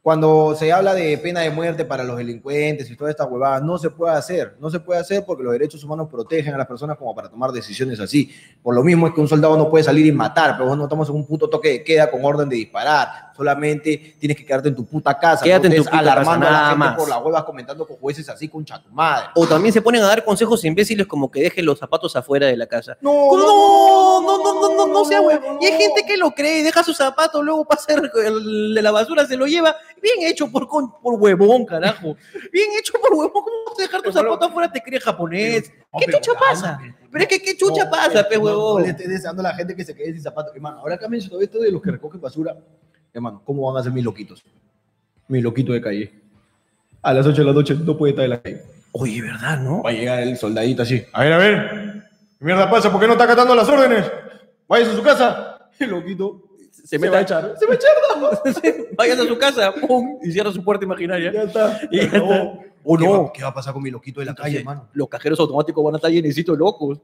Speaker 4: Cuando se habla de pena de muerte para los delincuentes y toda esta huevada, no se puede hacer. No se puede hacer porque los derechos humanos protegen a las personas como para tomar decisiones así. Por lo mismo es que un soldado no puede salir y matar, pero vos no estamos en un puto toque de queda con orden de disparar. Solamente tienes que quedarte en tu puta casa.
Speaker 2: Quédate
Speaker 4: no
Speaker 2: en tu
Speaker 4: estés
Speaker 2: puta casa,
Speaker 4: alarmando a la
Speaker 2: nada
Speaker 4: gente
Speaker 2: más.
Speaker 4: por las huevas comentando con jueces así con chatumadre.
Speaker 2: O también se ponen a dar consejos imbéciles como que dejen los zapatos afuera de la casa.
Speaker 4: No,
Speaker 2: No, no, no, no, no, no sea huevón. Y hay
Speaker 4: no.
Speaker 2: gente que lo cree, deja sus zapatos, luego pasa el- el- de la basura, se lo lleva. Bien hecho por, con- por huevón, carajo. Bien hecho por huevón. ¿Cómo vas a dejar tus
Speaker 4: Pero, pero-
Speaker 2: zapatos afuera? Te crees japonés.
Speaker 4: No,
Speaker 2: ¿Qué
Speaker 4: pero
Speaker 2: chucha
Speaker 4: la
Speaker 2: pasa?
Speaker 4: onda, pe.
Speaker 2: Pero es que qué chucha
Speaker 4: No,
Speaker 2: pasa, pe
Speaker 4: no,
Speaker 2: huevón.
Speaker 4: No le estés deseando a la gente que se quede sin zapatos. Hermano, ahora que han mencionado esto de los que recogen basura, hermano, ¿cómo van a ser mis loquitos? Mis loquitos de calle. A las 8 de la noche no puede estar en la calle.
Speaker 2: Oye, ¿verdad, no?
Speaker 4: Va a llegar el soldadito así. A ver, a ver. ¿Qué mierda pasa? ¿Por qué no está acatando las órdenes? Váyase a su casa. El loquito
Speaker 2: Se mete a
Speaker 4: echar. Se va a echar, ¿no?
Speaker 2: Vayas a su casa, pum, y cierra su puerta imaginaria.
Speaker 4: Ya está.
Speaker 2: Y ya está.
Speaker 4: O
Speaker 2: O
Speaker 4: ¿Qué,
Speaker 2: no.
Speaker 4: va, ¿Qué va a pasar con mi loquito de la calle,
Speaker 2: Oye,
Speaker 4: hermano?
Speaker 2: Los cajeros automáticos van a estar llenecitos de locos.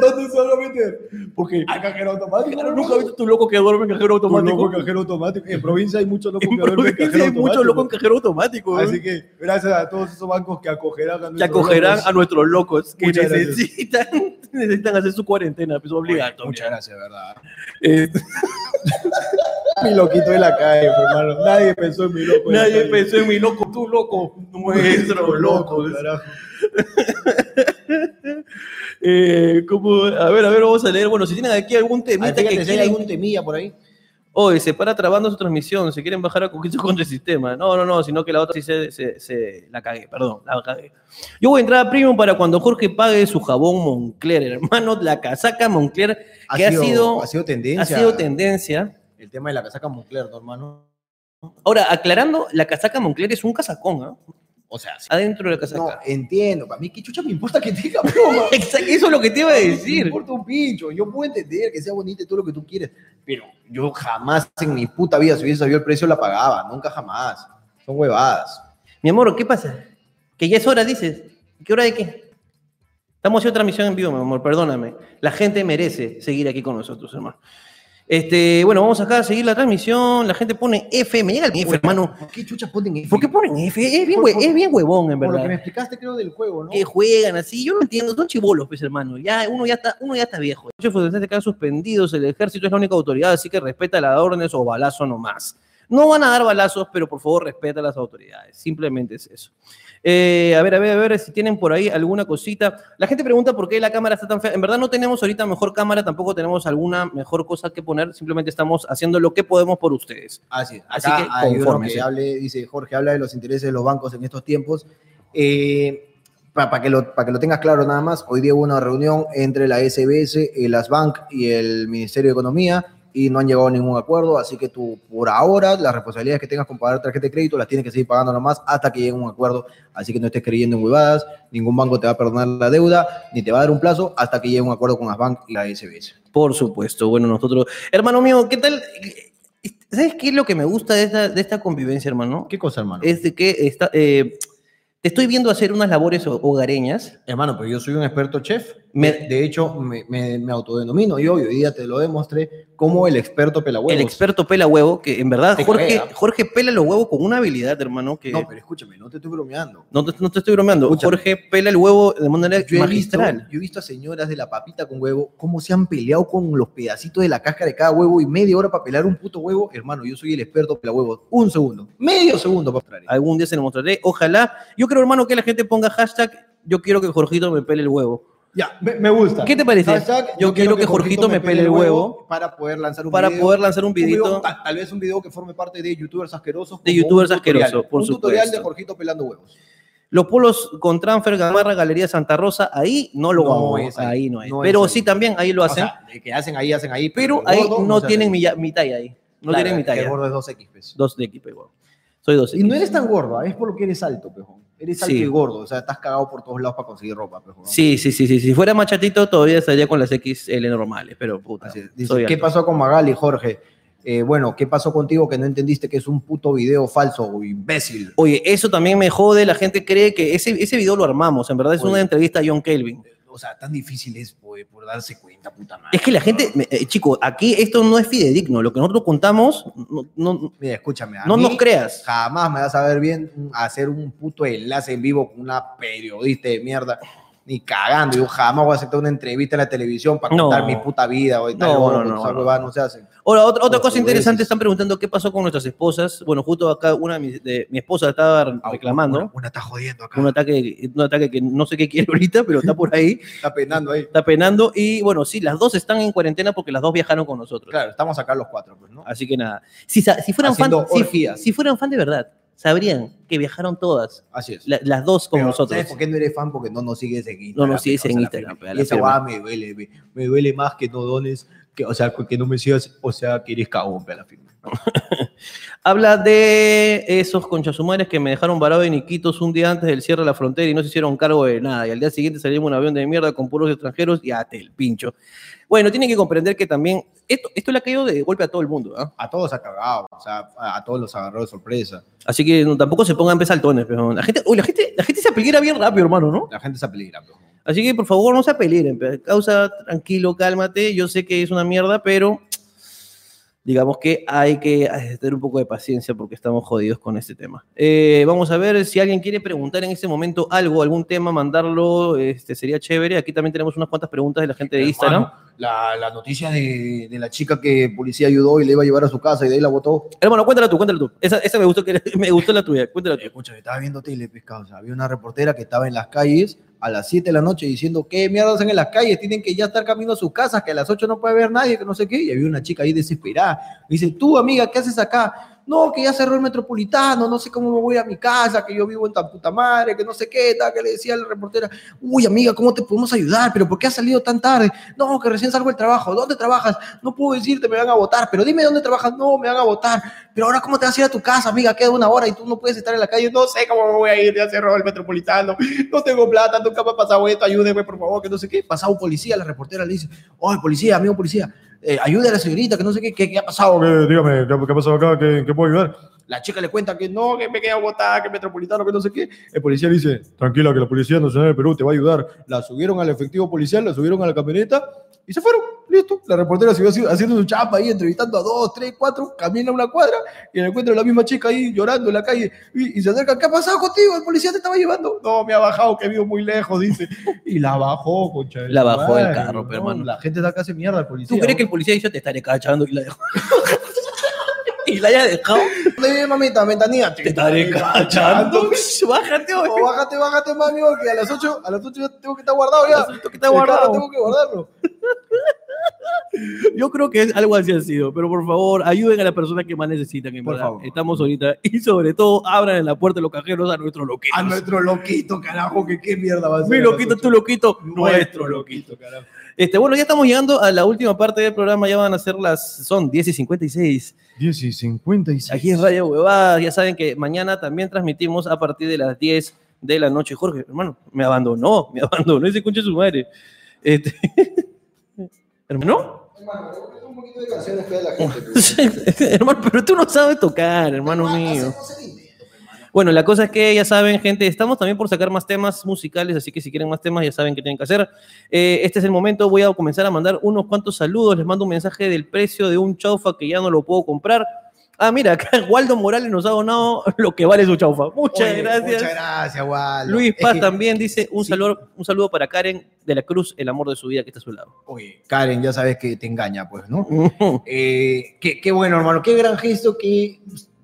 Speaker 4: ¿Dónde se van a meter? Porque al cajero automático.
Speaker 2: Claro, nunca he visto tu loco que duerme en cajero
Speaker 4: Un
Speaker 2: automático.
Speaker 4: loco en cajero automático. En provincia hay muchos locos
Speaker 2: En
Speaker 4: que duermen en
Speaker 2: provincia
Speaker 4: cajero
Speaker 2: hay muchos locos en
Speaker 4: automático.
Speaker 2: cajero automático. ¿eh?
Speaker 4: Así que gracias a todos esos bancos que acogerán a
Speaker 2: que
Speaker 4: nuestros
Speaker 2: acogerán
Speaker 4: locos.
Speaker 2: a nuestros locos que
Speaker 4: Muchas gracias.
Speaker 2: necesitan, necesitan hacer su cuarentena, pues obligatorio.
Speaker 4: Muchas gracias, verdad.
Speaker 2: Eh,
Speaker 4: Mi loquito de la calle, hermano. Nadie pensó en mi loco. de la
Speaker 2: nadie
Speaker 4: calle.
Speaker 2: pensó en mi loco, tú loco, nuestros locos.
Speaker 4: carajo.
Speaker 2: Eh, ¿cómo? A ver, a ver, vamos a leer. Bueno, si tienen aquí
Speaker 4: Ah,
Speaker 2: algún temita que quieren-
Speaker 4: temilla por ahí.
Speaker 2: Oye, se para trabando su transmisión, se quieren bajar a coquito contra el sistema. No, no, no, sino que la otra sí se, se- se- la cagué, perdón, la cagué. Yo voy a entrar a Premium para cuando Jorge pague su jabón Moncler, hermano, la casaca Moncler, que ha sido,
Speaker 4: ha sido tendencia.
Speaker 2: ha sido tendencia.
Speaker 4: el tema de la casaca Moncler, ¿no, hermano.
Speaker 2: Ahora, aclarando, la casaca Moncler es un casacón, ¿ah?
Speaker 4: O sea, sí.
Speaker 2: Adentro de la
Speaker 4: no,
Speaker 2: casaca.
Speaker 4: entiendo. Para mí, ¿qué chucha me importa que diga, broma?
Speaker 2: Exacto, eso es lo que te iba a
Speaker 4: Me
Speaker 2: decir.
Speaker 4: importa un pincho. Yo puedo entender que sea bonito y todo lo que tú quieres, pero yo jamás en mi puta vida, si hubiese sabido el precio, la pagaba. Nunca jamás. Son huevadas.
Speaker 2: Mi amor, ¿qué pasa? Que ya es hora, dices. ¿Qué hora de qué? Estamos haciendo transmisión en vivo, mi amor, perdóname. La gente merece seguir aquí con nosotros, hermano. Este, bueno, vamos acá a seguir la transmisión. La gente pone F, me llega el F, hermano.
Speaker 4: ¿Por qué chucha ponen eso?
Speaker 2: ¿Por qué ponen F? Es bien,
Speaker 4: Por-
Speaker 2: hue-
Speaker 4: por-
Speaker 2: es bien huevón, en
Speaker 4: Por lo que me
Speaker 2: verdad.
Speaker 4: explicaste, creo, del juego, ¿no?
Speaker 2: Que juegan así, yo no entiendo, son chibolos, pues hermano. Ya uno ya está, uno ya está viejo. Muchos funcionarios quedan suspendidos, el ejército es la única autoridad, así que respeta las órdenes o balazo nomás. No van a dar balazos, pero por favor respeta a las autoridades. Simplemente es eso. Eh, a ver, a ver, a ver si tienen por ahí alguna cosita. La gente pregunta por qué la cámara está tan fea. En verdad no tenemos ahorita mejor cámara, tampoco tenemos alguna mejor cosa que poner. Simplemente estamos haciendo lo que podemos por ustedes.
Speaker 4: Así,
Speaker 2: Así
Speaker 4: Acá
Speaker 2: que
Speaker 4: hay uno
Speaker 2: confórmese.
Speaker 4: que hable, dice Jorge, habla de los intereses de los bancos en estos tiempos. para que, lo, pa' que lo tengas claro nada más, hoy día hubo una reunión entre la SBS, el ASBank eh, y el Ministerio de Economía y no han llegado a ningún acuerdo, así que tú por ahora las responsabilidades que tengas con pagar tarjeta de crédito las tienes que seguir pagando nomás hasta que llegue un acuerdo, así que no estés creyendo en huevadas, ningún banco te va a perdonar la deuda ni te va a dar un plazo hasta que llegue un acuerdo con ASBank y la SBS.
Speaker 2: Por supuesto, bueno, nosotros. Hermano mío, ¿qué tal? ¿Sabes qué es lo que me gusta de esta, de esta convivencia, hermano?
Speaker 4: ¿Qué cosa, hermano?
Speaker 2: Es de que está, eh, te estoy viendo hacer unas labores ho- hogareñas.
Speaker 4: Hermano, pero yo soy un experto chef.
Speaker 2: Me-
Speaker 4: de hecho, me, me- me autodenomino. Y hoy, hoy día te lo demostré como el experto pelahuevos.
Speaker 2: El experto pela huevo, que en verdad
Speaker 4: Te
Speaker 2: Jorge,
Speaker 4: cagué, ¿ah?
Speaker 2: Jorge pela los huevos con una habilidad, hermano, que
Speaker 4: No,
Speaker 2: no,
Speaker 4: pero escúchame, no te estoy bromeando.
Speaker 2: te, no te estoy bromeando.
Speaker 4: Escúchame.
Speaker 2: Jorge pela el huevo de manera
Speaker 4: Yo he, visto,
Speaker 2: magistral.
Speaker 4: yo he visto a señoras de la papita con huevo cómo se han peleado con los pedacitos de la cáscara de cada huevo y media hora para pelar un puto huevo. Hermano, yo soy el experto pelahuevos. Un segundo, medio segundo para mostrar.
Speaker 2: Algún día se lo mostraré. Ojalá. Yo creo, hermano, que la gente ponga hashtag. Yo quiero que Jorgito me pele el huevo.
Speaker 4: Ya, me, me gusta.
Speaker 2: ¿Qué te parece?
Speaker 4: Hashtag,
Speaker 2: yo, quiero que, Jorgito, me pele el huevo
Speaker 4: para poder lanzar un
Speaker 2: para
Speaker 4: video.
Speaker 2: poder lanzar un
Speaker 4: Un video,
Speaker 2: videito.
Speaker 4: tal, tal vez un video que forme parte de youtubers asquerosos.
Speaker 2: De
Speaker 4: como
Speaker 2: youtubers
Speaker 4: un tutorial.
Speaker 2: asquerosos, por
Speaker 4: Un tutorial de
Speaker 2: supuesto.
Speaker 4: Jorgito pelando huevos.
Speaker 2: Los polos con transfer, Gamarra, Galería Santa Rosa, ahí no lo
Speaker 4: No
Speaker 2: vamos,
Speaker 4: es ahí,
Speaker 2: ahí, no es.
Speaker 4: no es
Speaker 2: Pero
Speaker 4: ahí.
Speaker 2: sí también ahí lo
Speaker 4: O
Speaker 2: hacen,
Speaker 4: sea, de que hacen ahí, hacen ahí.
Speaker 2: pero
Speaker 4: el
Speaker 2: ahí
Speaker 4: gordo
Speaker 2: no
Speaker 4: se
Speaker 2: tienen
Speaker 4: hace.
Speaker 2: mi, ya- mi talla ahí. No
Speaker 4: Claro,
Speaker 2: tienen mi
Speaker 4: es que El
Speaker 2: talla.
Speaker 4: gordo es 2X, pues.
Speaker 2: Dos de equipo igual. Soy dos.
Speaker 4: Y no eres tan gordo, ¿ah? es por lo que eres alto, pejón. Eres alto
Speaker 2: Sí.
Speaker 4: y gordo, o sea, estás cagado por todos lados para conseguir ropa, pejón.
Speaker 2: Sí, sí, sí, sí. Si fuera más chatito, todavía estaría con las XL normales, pero puta.
Speaker 4: Así es. Dice,
Speaker 2: soy
Speaker 4: ¿qué
Speaker 2: alto".
Speaker 4: pasó con Magali, Jorge? Eh, bueno, ¿qué pasó contigo que no entendiste que es un puto video falso, imbécil?
Speaker 2: Oye, eso también me jode. La gente cree que ese, ese video lo armamos. En verdad es
Speaker 4: Oye.
Speaker 2: una entrevista a John Kelvin.
Speaker 4: Eh, O O sea, tan difícil es pues, por darse cuenta, puta madre.
Speaker 2: Es que la gente, me- eh, chico, aquí esto no es fidedigno. Lo que nosotros contamos, no, no,
Speaker 4: Mira, escúchame. a
Speaker 2: no
Speaker 4: mí
Speaker 2: nos creas.
Speaker 4: Jamás me vas a ver bien un- hacer un puto enlace en vivo con una periodista de mierda. Ni cagando. Yo jamás voy a aceptar una entrevista en la televisión para
Speaker 2: No.
Speaker 4: contar mi puta vida. O y tal,
Speaker 2: No,
Speaker 4: bueno,
Speaker 2: no,
Speaker 4: que
Speaker 2: no,
Speaker 4: esas
Speaker 2: no.
Speaker 4: huevadas no se hacen.
Speaker 2: Ahora, otra, otra cosa
Speaker 4: Por favor,
Speaker 2: interesante,
Speaker 4: dices.
Speaker 2: están preguntando qué pasó con nuestras esposas. Bueno, justo acá una de mis- de- mi esposa
Speaker 4: Ah,
Speaker 2: estaba reclamando
Speaker 4: Una, una está jodiendo acá.
Speaker 2: un ataque, un ataque que no sé qué quiere ahorita, pero está por ahí,
Speaker 4: Está penando ahí.
Speaker 2: está penando. Y bueno, sí, las dos están en cuarentena porque las dos viajaron con nosotros.
Speaker 4: Claro, estamos acá los cuatro, pues, ¿no?
Speaker 2: Así que nada, si, sa- si, fueran fan,
Speaker 4: Haciendo
Speaker 2: si-
Speaker 4: orgías.
Speaker 2: si fueran fan de verdad, sabrían que viajaron todas,
Speaker 4: Así es.
Speaker 2: la- las dos con
Speaker 4: Pero,
Speaker 2: nosotros.
Speaker 4: ¿Sabes por qué no eres fan? Porque no nos sigues en Instagram.
Speaker 2: No nos sigues
Speaker 4: pe, o
Speaker 2: en
Speaker 4: sea, la
Speaker 2: Instagram,
Speaker 4: firma.
Speaker 2: pe, a
Speaker 4: Y
Speaker 2: la
Speaker 4: esa
Speaker 2: firma.
Speaker 4: guada me duele, me, me duele más que no dones, que, o sea, que no me sigas, o sea, que eres cagón, pe, a la firma.
Speaker 2: Habla de esos conchasumares que me dejaron varado en Iquitos un día antes del cierre de la frontera y no se hicieron cargo de nada. Y al día siguiente salimos en un avión de mierda con puros extranjeros y hasta el pincho. Bueno, tienen que comprender que también esto, esto le ha caído de golpe a todo el mundo. ¿ah?
Speaker 4: A todos ha cagado, o sea, a, a todos los agarró de sorpresa.
Speaker 2: Así que no, tampoco se pongan pesaltones. Pero la, gente, uy, la, gente, la gente se apeliera bien rápido, hermano, ¿no?
Speaker 4: La gente se pues, peligra, pe.
Speaker 2: Así que por favor no se apelieren. pe. Causa, tranquilo, cálmate. Yo sé que es una mierda, pero digamos que hay que eh, tener un poco de paciencia porque estamos jodidos con este tema. Eh, vamos a ver si alguien quiere preguntar en este momento algo, algún tema, mandarlo, este, sería chévere. Aquí también tenemos unas cuantas preguntas de la gente de Instagram. Hermano,
Speaker 4: Hermano, La, la noticia de, de la chica que policía ayudó y le iba a llevar a su casa y de ahí la botó.
Speaker 2: cuéntala tú, cuéntala tú. Esa, esa me, gustó que, me gustó la tuya, cuéntala tú.
Speaker 4: Escucha, estaba viendo tele, pescado. O sea, había una reportera que estaba en las calles a las 7 de la noche diciendo qué mierda hacen en las calles, tienen que ya estar camino a sus casas, que a las 8 no puede ver nadie, que no sé qué. Y había una chica ahí desesperada. Me dice, tú, amiga, ¿qué haces acá? No, que ya cerró el metropolitano, no sé cómo me voy a mi casa, que yo vivo en tan puta madre, que no sé qué, tal, que le decía a la reportera, uy, amiga, ¿cómo te podemos ayudar? ¿Pero por qué has salido tan tarde? No, que recién salgo del trabajo, ¿dónde trabajas? No puedo decirte, me van a votar, pero dime dónde trabajas, no, me van a votar, pero ahora cómo te vas a ir a tu casa, amiga, queda una hora y tú no puedes estar en la calle, no sé cómo me voy a ir, ya cerró el metropolitano, no tengo plata, nunca me ha pasado esto, ayúdeme, por favor, que no sé qué, pasaba un policía, la reportera le dice, oye, policía, amigo policía, eh, ayude a la señorita, que no sé qué, qué, qué ha pasado,
Speaker 3: Eh, dígame, ¿qué, qué ha pasado acá? ¿Qué, qué puedo ayudar?
Speaker 4: la chica le cuenta que no, que me queda botada, que metropolitano, que no sé qué.
Speaker 3: El policía le dice, tranquila, que la Policía Nacional de Perú te va a ayudar.
Speaker 4: La subieron al efectivo policial, la subieron a la camioneta y se fueron. Listo. La reportera siguió haci- haciendo su chapa ahí, entrevistando a dos, tres, cuatro, camina una cuadra y la encuentra la misma chica ahí llorando en la calle y, y se acerca. ¿Qué ha pasado contigo? El policía te estaba llevando. No, me ha bajado, que vivo muy lejos, dice. Y la bajó, concha. de
Speaker 2: La
Speaker 4: su
Speaker 2: bajó del
Speaker 4: madre,
Speaker 2: carro,
Speaker 4: ¿no?
Speaker 2: pero, hermano.
Speaker 4: La gente está acá hace mierda el policía.
Speaker 2: ¿Tú crees que el policía dijo te estaré cachando y la dejó? y la haya dejado.
Speaker 4: que mamita, ventanilla?
Speaker 2: Te estaré cachando. Bájate, hoy.
Speaker 4: Oh, bájate, bájate, mami, porque a las 8, a las 8 ya tengo que estar guardado ya.
Speaker 2: Tengo que estar guardado.
Speaker 4: El carro Tengo que guardarlo.
Speaker 2: Yo creo que es algo así ha sido, pero por favor, ayuden a las personas que más necesitan. en
Speaker 4: Por
Speaker 2: verdad.
Speaker 4: favor.
Speaker 2: Estamos ahorita y sobre todo abran en la puerta de los cajeros a nuestros loquitos.
Speaker 4: A nuestro loquito, carajo, que qué mierda va a ser.
Speaker 2: Mi
Speaker 4: a las
Speaker 2: loquito,
Speaker 4: ocho.
Speaker 2: tu loquito, nuestro
Speaker 4: Nuestro
Speaker 2: loquito.
Speaker 4: loquito, carajo.
Speaker 2: Este, bueno, ya estamos llegando a la última parte del programa, ya van a ser las, son 10 y 56.
Speaker 3: 10 y 56.
Speaker 2: Aquí es Radio Huevadas, ya saben que mañana también transmitimos a partir de las 10 de la noche. Jorge, hermano, me abandonó, me abandonó ese concha de su madre. Este, ¿Hermano?
Speaker 4: un poquito de canciones que la gente.
Speaker 2: hermano, pero tú no sabes tocar, hermano mío. Bueno, la cosa es que ya saben, gente, estamos también por sacar más temas musicales, así que si quieren más temas ya saben qué tienen que hacer. Eh, este es el momento, voy a comenzar a mandar unos cuantos saludos. Les mando un mensaje del precio de un chaufa que ya no lo puedo comprar. Ah, mira, acá Waldo Morales nos ha donado lo que vale su chaufa. Muchas gracias.
Speaker 4: Muchas gracias, Waldo.
Speaker 2: Luis
Speaker 4: Es
Speaker 2: Paz
Speaker 4: que-
Speaker 2: también dice un,
Speaker 4: sí.
Speaker 2: saludo, un saludo para Karen de la Cruz, el amor de su vida que está a su lado.
Speaker 4: Oye, Karen, ya sabes que te engaña, pues, ¿no? Eh, qué, qué bueno, hermano. Qué gran gesto que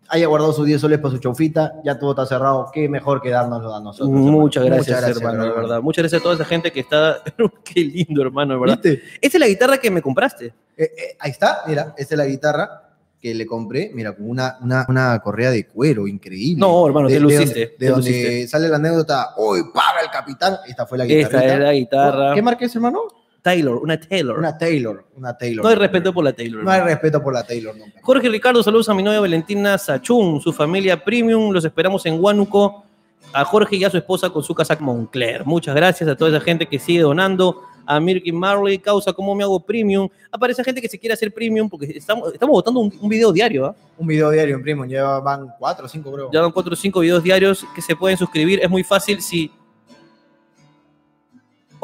Speaker 4: haya guardado sus 10 soles para su chaufita. Ya todo está cerrado. Qué mejor que dárnoslo a nosotros. hermano.
Speaker 2: Muchas gracias, hermano, de verdad. Muchas gracias a toda esa gente que está. Qué lindo, hermano, de verdad.
Speaker 4: ¿Viste?
Speaker 2: Esa es la guitarra que me compraste.
Speaker 4: Eh, eh, ahí está, mira, esta es la guitarra que le compré, mira, con una, una, una correa de cuero increíble.
Speaker 2: No, hermano, te
Speaker 4: donde-
Speaker 2: luciste,
Speaker 4: de
Speaker 2: te
Speaker 4: donde
Speaker 2: luciste.
Speaker 4: sale la anécdota, hoy paga el capitán. Esta fue la guitarra.
Speaker 2: Esta es la guitarra.
Speaker 4: ¿Qué marca es, hermano?
Speaker 2: Taylor, una Taylor.
Speaker 4: Una Taylor, una Taylor.
Speaker 2: no hay respeto por la Taylor.
Speaker 4: No hay respeto por la Taylor, no.
Speaker 2: Jorge Ricardo, saludos a mi novia Valentina Sachun, su familia Premium, los esperamos en Huánuco, a Jorge y a su esposa con su casaca Moncler. Muchas gracias a toda esa gente que sigue donando, a Mirky Marley, causa cómo me hago Premium. Aparece gente que se quiere hacer Premium porque estamos, estamos votando un, un video diario, ¿ah?
Speaker 4: Un video diario en primo, ya van cuatro o cinco, creo.
Speaker 2: ya van 4 o 5 videos diarios que se pueden suscribir, es muy fácil si...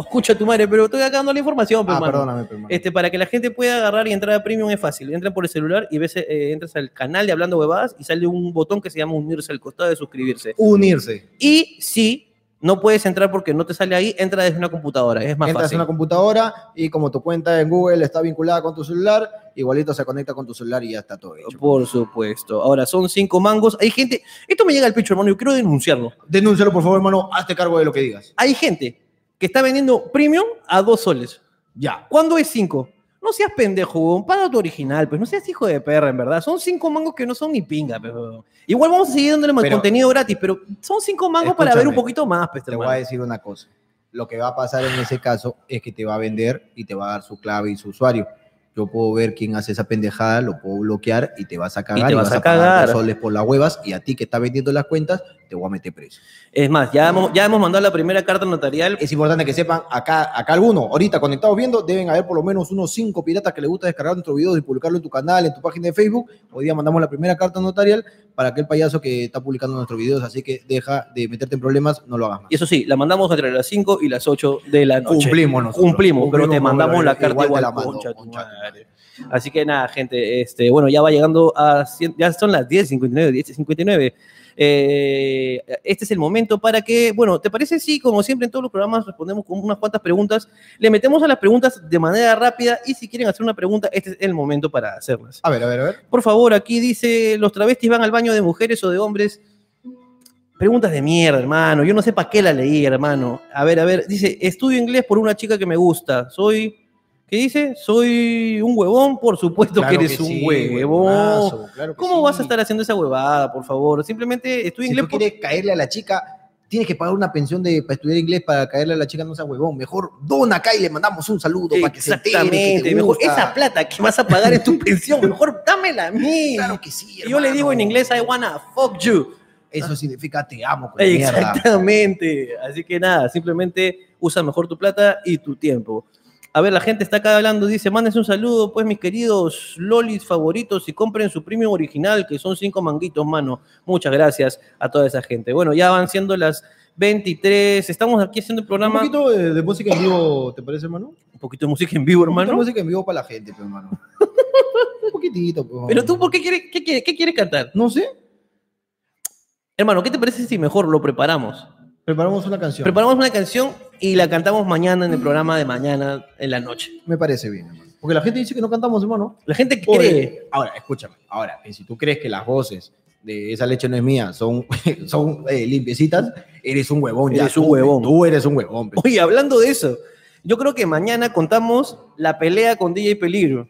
Speaker 2: Oh, escucha tu madre, pero estoy acá dando la información, pues,
Speaker 4: Ah,
Speaker 2: mano.
Speaker 4: perdóname, pero, hermano.
Speaker 2: Este, para que la gente pueda agarrar y entrar a Premium es fácil. Entran por el celular y ves, eh, entras al canal de Hablando Huevadas y sale un botón que se llama unirse al costado de suscribirse.
Speaker 4: Unirse.
Speaker 2: Y si no puedes entrar porque no te sale ahí, entra desde una computadora. Es más
Speaker 4: Entras
Speaker 2: fácil.
Speaker 4: en una computadora y como tu cuenta en Google está vinculada con tu celular, igualito se conecta con tu celular y ya está todo hecho.
Speaker 2: Por supuesto. Ahora son cinco mangos. Hay gente. Esto me llega al pecho, hermano. Yo quiero denunciarlo.
Speaker 4: Denúncialo, por favor, hermano. Hazte cargo de lo que digas.
Speaker 2: Hay gente que está vendiendo premium a dos soles.
Speaker 4: Ya.
Speaker 2: ¿Cuándo es cinco? No seas pendejo, huevón, paga tu original, pues no seas hijo de perra, en verdad. Son cinco mangos que no son ni pinga, pues, huevón. Igual vamos a seguir dándole más
Speaker 4: Pero-
Speaker 2: contenido gratis, pero son cinco mangos para ver
Speaker 4: Escúchame,
Speaker 2: un poquito más, pues,
Speaker 4: Te
Speaker 2: hermano.
Speaker 4: voy a decir una cosa. Lo que va a pasar en ese caso es que te va a vender y te va a dar su clave y su usuario. Yo puedo ver quién hace esa pendejada, lo puedo bloquear y te vas a cagar.
Speaker 2: te vas a
Speaker 4: pagar
Speaker 2: cagar.
Speaker 4: dos soles por las huevas y a ti que está vendiendo las cuentas, te voy a meter preso.
Speaker 2: Es más, ya hemos, ya hemos mandado la primera carta notarial.
Speaker 4: Es importante que sepan, acá, acá algunos, ahorita conectados viendo, deben haber por lo menos unos cinco piratas que les gusta descargar nuestros videos y publicarlo en tu canal, en tu página de Facebook. Hoy día mandamos la primera carta notarial para aquel payaso que está publicando nuestros videos, así que deja de meterte en problemas, no lo hagas más.
Speaker 2: Y eso sí, la mandamos entre las 5 y las 8 de la noche.
Speaker 4: Cumplimos nosotros.
Speaker 2: Cumplimos, pero te
Speaker 4: Cumplimos,
Speaker 2: mandamos
Speaker 4: igual
Speaker 2: la
Speaker 4: te
Speaker 2: carta
Speaker 4: la
Speaker 2: igual,
Speaker 4: mando,
Speaker 2: concha tu
Speaker 4: concha tu
Speaker 2: madre. Así que nada, gente, este, bueno, ya va llegando a... cien- ya son las 10.59, 10.59. Eh, este es el momento para que, bueno, ¿te parece si, como siempre en todos los programas, respondemos con unas cuantas preguntas? Le metemos a las preguntas de manera rápida y si quieren hacer una pregunta, este es el momento para hacerlas.
Speaker 4: A ver, a ver, a ver.
Speaker 2: Por favor, aquí dice, ¿los travestis van al baño de mujeres o de hombres? Preguntas de mierda, hermano. Yo no sé para qué la leí, hermano. A ver, a ver. Dice, estudio inglés por una chica que me gusta. Soy, ¿qué dice? Soy un huevón, por supuesto
Speaker 4: Claro
Speaker 2: que eres
Speaker 4: que
Speaker 2: un
Speaker 4: sí,
Speaker 2: huevón.
Speaker 4: huevonazo, claro que
Speaker 2: ¿Cómo
Speaker 4: sí.
Speaker 2: vas a estar haciendo esa huevada, por favor? Simplemente estudio
Speaker 4: Si
Speaker 2: inglés
Speaker 4: tú
Speaker 2: por-
Speaker 4: quieres caerle a la chica, tienes que pagar una pensión de, para estudiar inglés para caerle a la chica, no seas huevón. Mejor dona acá y le mandamos un saludo para que se entere que te
Speaker 2: Exactamente. Mejor,
Speaker 4: gusta.
Speaker 2: esa plata que vas a pagar en tu pensión, mejor dámela a mí.
Speaker 4: Claro que sí,
Speaker 2: Y yo le
Speaker 4: hermano.
Speaker 2: digo en inglés, I wanna fuck you.
Speaker 4: Eso significa te amo, con mierda.
Speaker 2: Exactamente. Así que nada, simplemente usa mejor tu plata y tu tiempo. A ver, la gente está acá hablando, dice, mándense un saludo, pues mis queridos lolis favoritos y compren su premium original, que son cinco manguitos, mano. Muchas gracias a toda esa gente. Bueno, ya van siendo las 23, estamos aquí haciendo el
Speaker 4: Un
Speaker 2: programa. Un poquito,
Speaker 4: poquito de, de música en vivo, ¿te parece, hermano?
Speaker 2: de música en vivo,
Speaker 4: Un poquito de
Speaker 2: hermano.
Speaker 4: música en vivo para la gente, pero, hermano. un poquitito, pues, pero,
Speaker 2: Pero tú, ¿por qué quieres, qué, quieres, qué quieres cantar?
Speaker 4: No sé,
Speaker 2: Hermano, ¿qué te parece si mejor lo preparamos?
Speaker 4: preparamos una canción.
Speaker 2: Preparamos una canción y la cantamos mañana en el programa de mañana en la noche.
Speaker 4: Me parece bien, hermano. Porque la gente dice que no cantamos, hermano.
Speaker 2: La gente que
Speaker 4: Oye,
Speaker 2: cree...
Speaker 4: Ahora, escúchame. Ahora, que si tú crees que las voces de esa leche no es mía, son, son eh, limpiecitas, eres un huevón. ya,
Speaker 2: Eres un
Speaker 4: tú,
Speaker 2: huevón.
Speaker 4: Tú eres un huevón. pe.
Speaker 2: Oye, hablando de eso, yo creo que mañana contamos la pelea con DJ Peligro.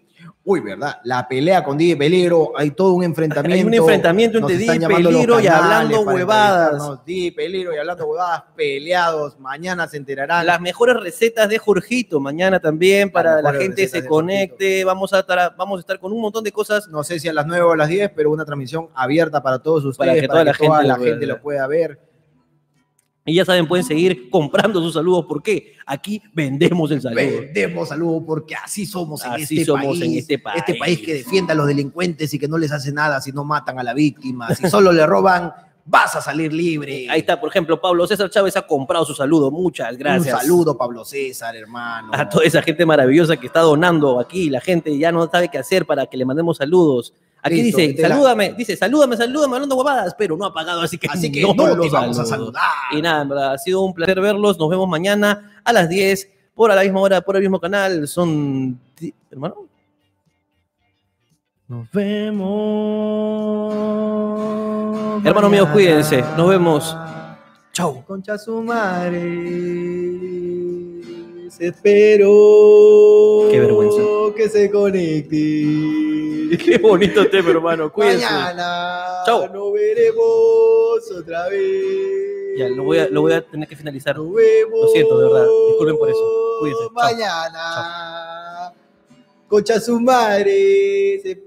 Speaker 4: Uy, ¿verdad? La pelea con DJ Peligro, hay todo un enfrentamiento.
Speaker 2: Hay un enfrentamiento entre
Speaker 4: Nos están
Speaker 2: DJ
Speaker 4: llamando los
Speaker 2: Peligro y
Speaker 4: canales
Speaker 2: Hablando
Speaker 4: para
Speaker 2: Huevadas.
Speaker 4: entrevistarnos. DJ Peligro y hablando huevadas, peleados. Mañana se enterarán.
Speaker 2: Las mejores recetas de Jorgito mañana también para
Speaker 4: Ah. Las
Speaker 2: la
Speaker 4: mejores
Speaker 2: gente
Speaker 4: recetas
Speaker 2: se
Speaker 4: de
Speaker 2: conecte. Vamos a, estar, vamos a estar con un montón de cosas.
Speaker 4: no sé si a las 9 o a las 10, pero una transmisión abierta para todos ustedes, para que toda, la, gente
Speaker 2: lo vea.
Speaker 4: lo pueda ver.
Speaker 2: Y ya saben, pueden seguir comprando sus saludos porque aquí vendemos el saludo.
Speaker 4: Vendemos saludos porque así somos, en,
Speaker 2: Así
Speaker 4: este
Speaker 2: somos
Speaker 4: país,
Speaker 2: en este país.
Speaker 4: Este país que defiende a los delincuentes y que no les hace nada si no matan a la víctima, si solo le roban, vas a salir libre.
Speaker 2: Ahí está, por ejemplo, Pablo César Chávez ha comprado su saludo. Muchas gracias.
Speaker 4: Un saludo, Pablo César, hermano.
Speaker 2: a toda esa gente maravillosa que está donando aquí. La gente ya no sabe qué hacer para que le mandemos saludos. Aquí
Speaker 4: Listo,
Speaker 2: dice,
Speaker 4: que te la-
Speaker 2: salúdame, dice, salúdame, salúdame, hablando guapadas, pero no ha pagado, así que,
Speaker 4: Así que no,
Speaker 2: lo
Speaker 4: te vamos a
Speaker 2: saludo.
Speaker 4: saludar.
Speaker 2: Y nada, en verdad, ha sido un placer verlos. Nos vemos mañana a las 10 por a la misma hora, por el mismo canal. Son, di- hermano,
Speaker 3: Nos vemos.
Speaker 2: hermanos míos, cuídense. Nos vemos.
Speaker 1: Chau. Concha su madre. Espero
Speaker 2: Qué vergüenza.
Speaker 1: que se conecte.
Speaker 2: Qué bonito tema, hermano. Cuídense.
Speaker 1: Mañana
Speaker 2: Chau.
Speaker 1: nos veremos otra vez.
Speaker 2: Ya, lo voy, a, lo voy a tener que finalizar.
Speaker 1: Nos vemos.
Speaker 2: Lo siento, de verdad. Disculpen por eso. Cuídense. Chau.
Speaker 1: Mañana. Concha su madre. Se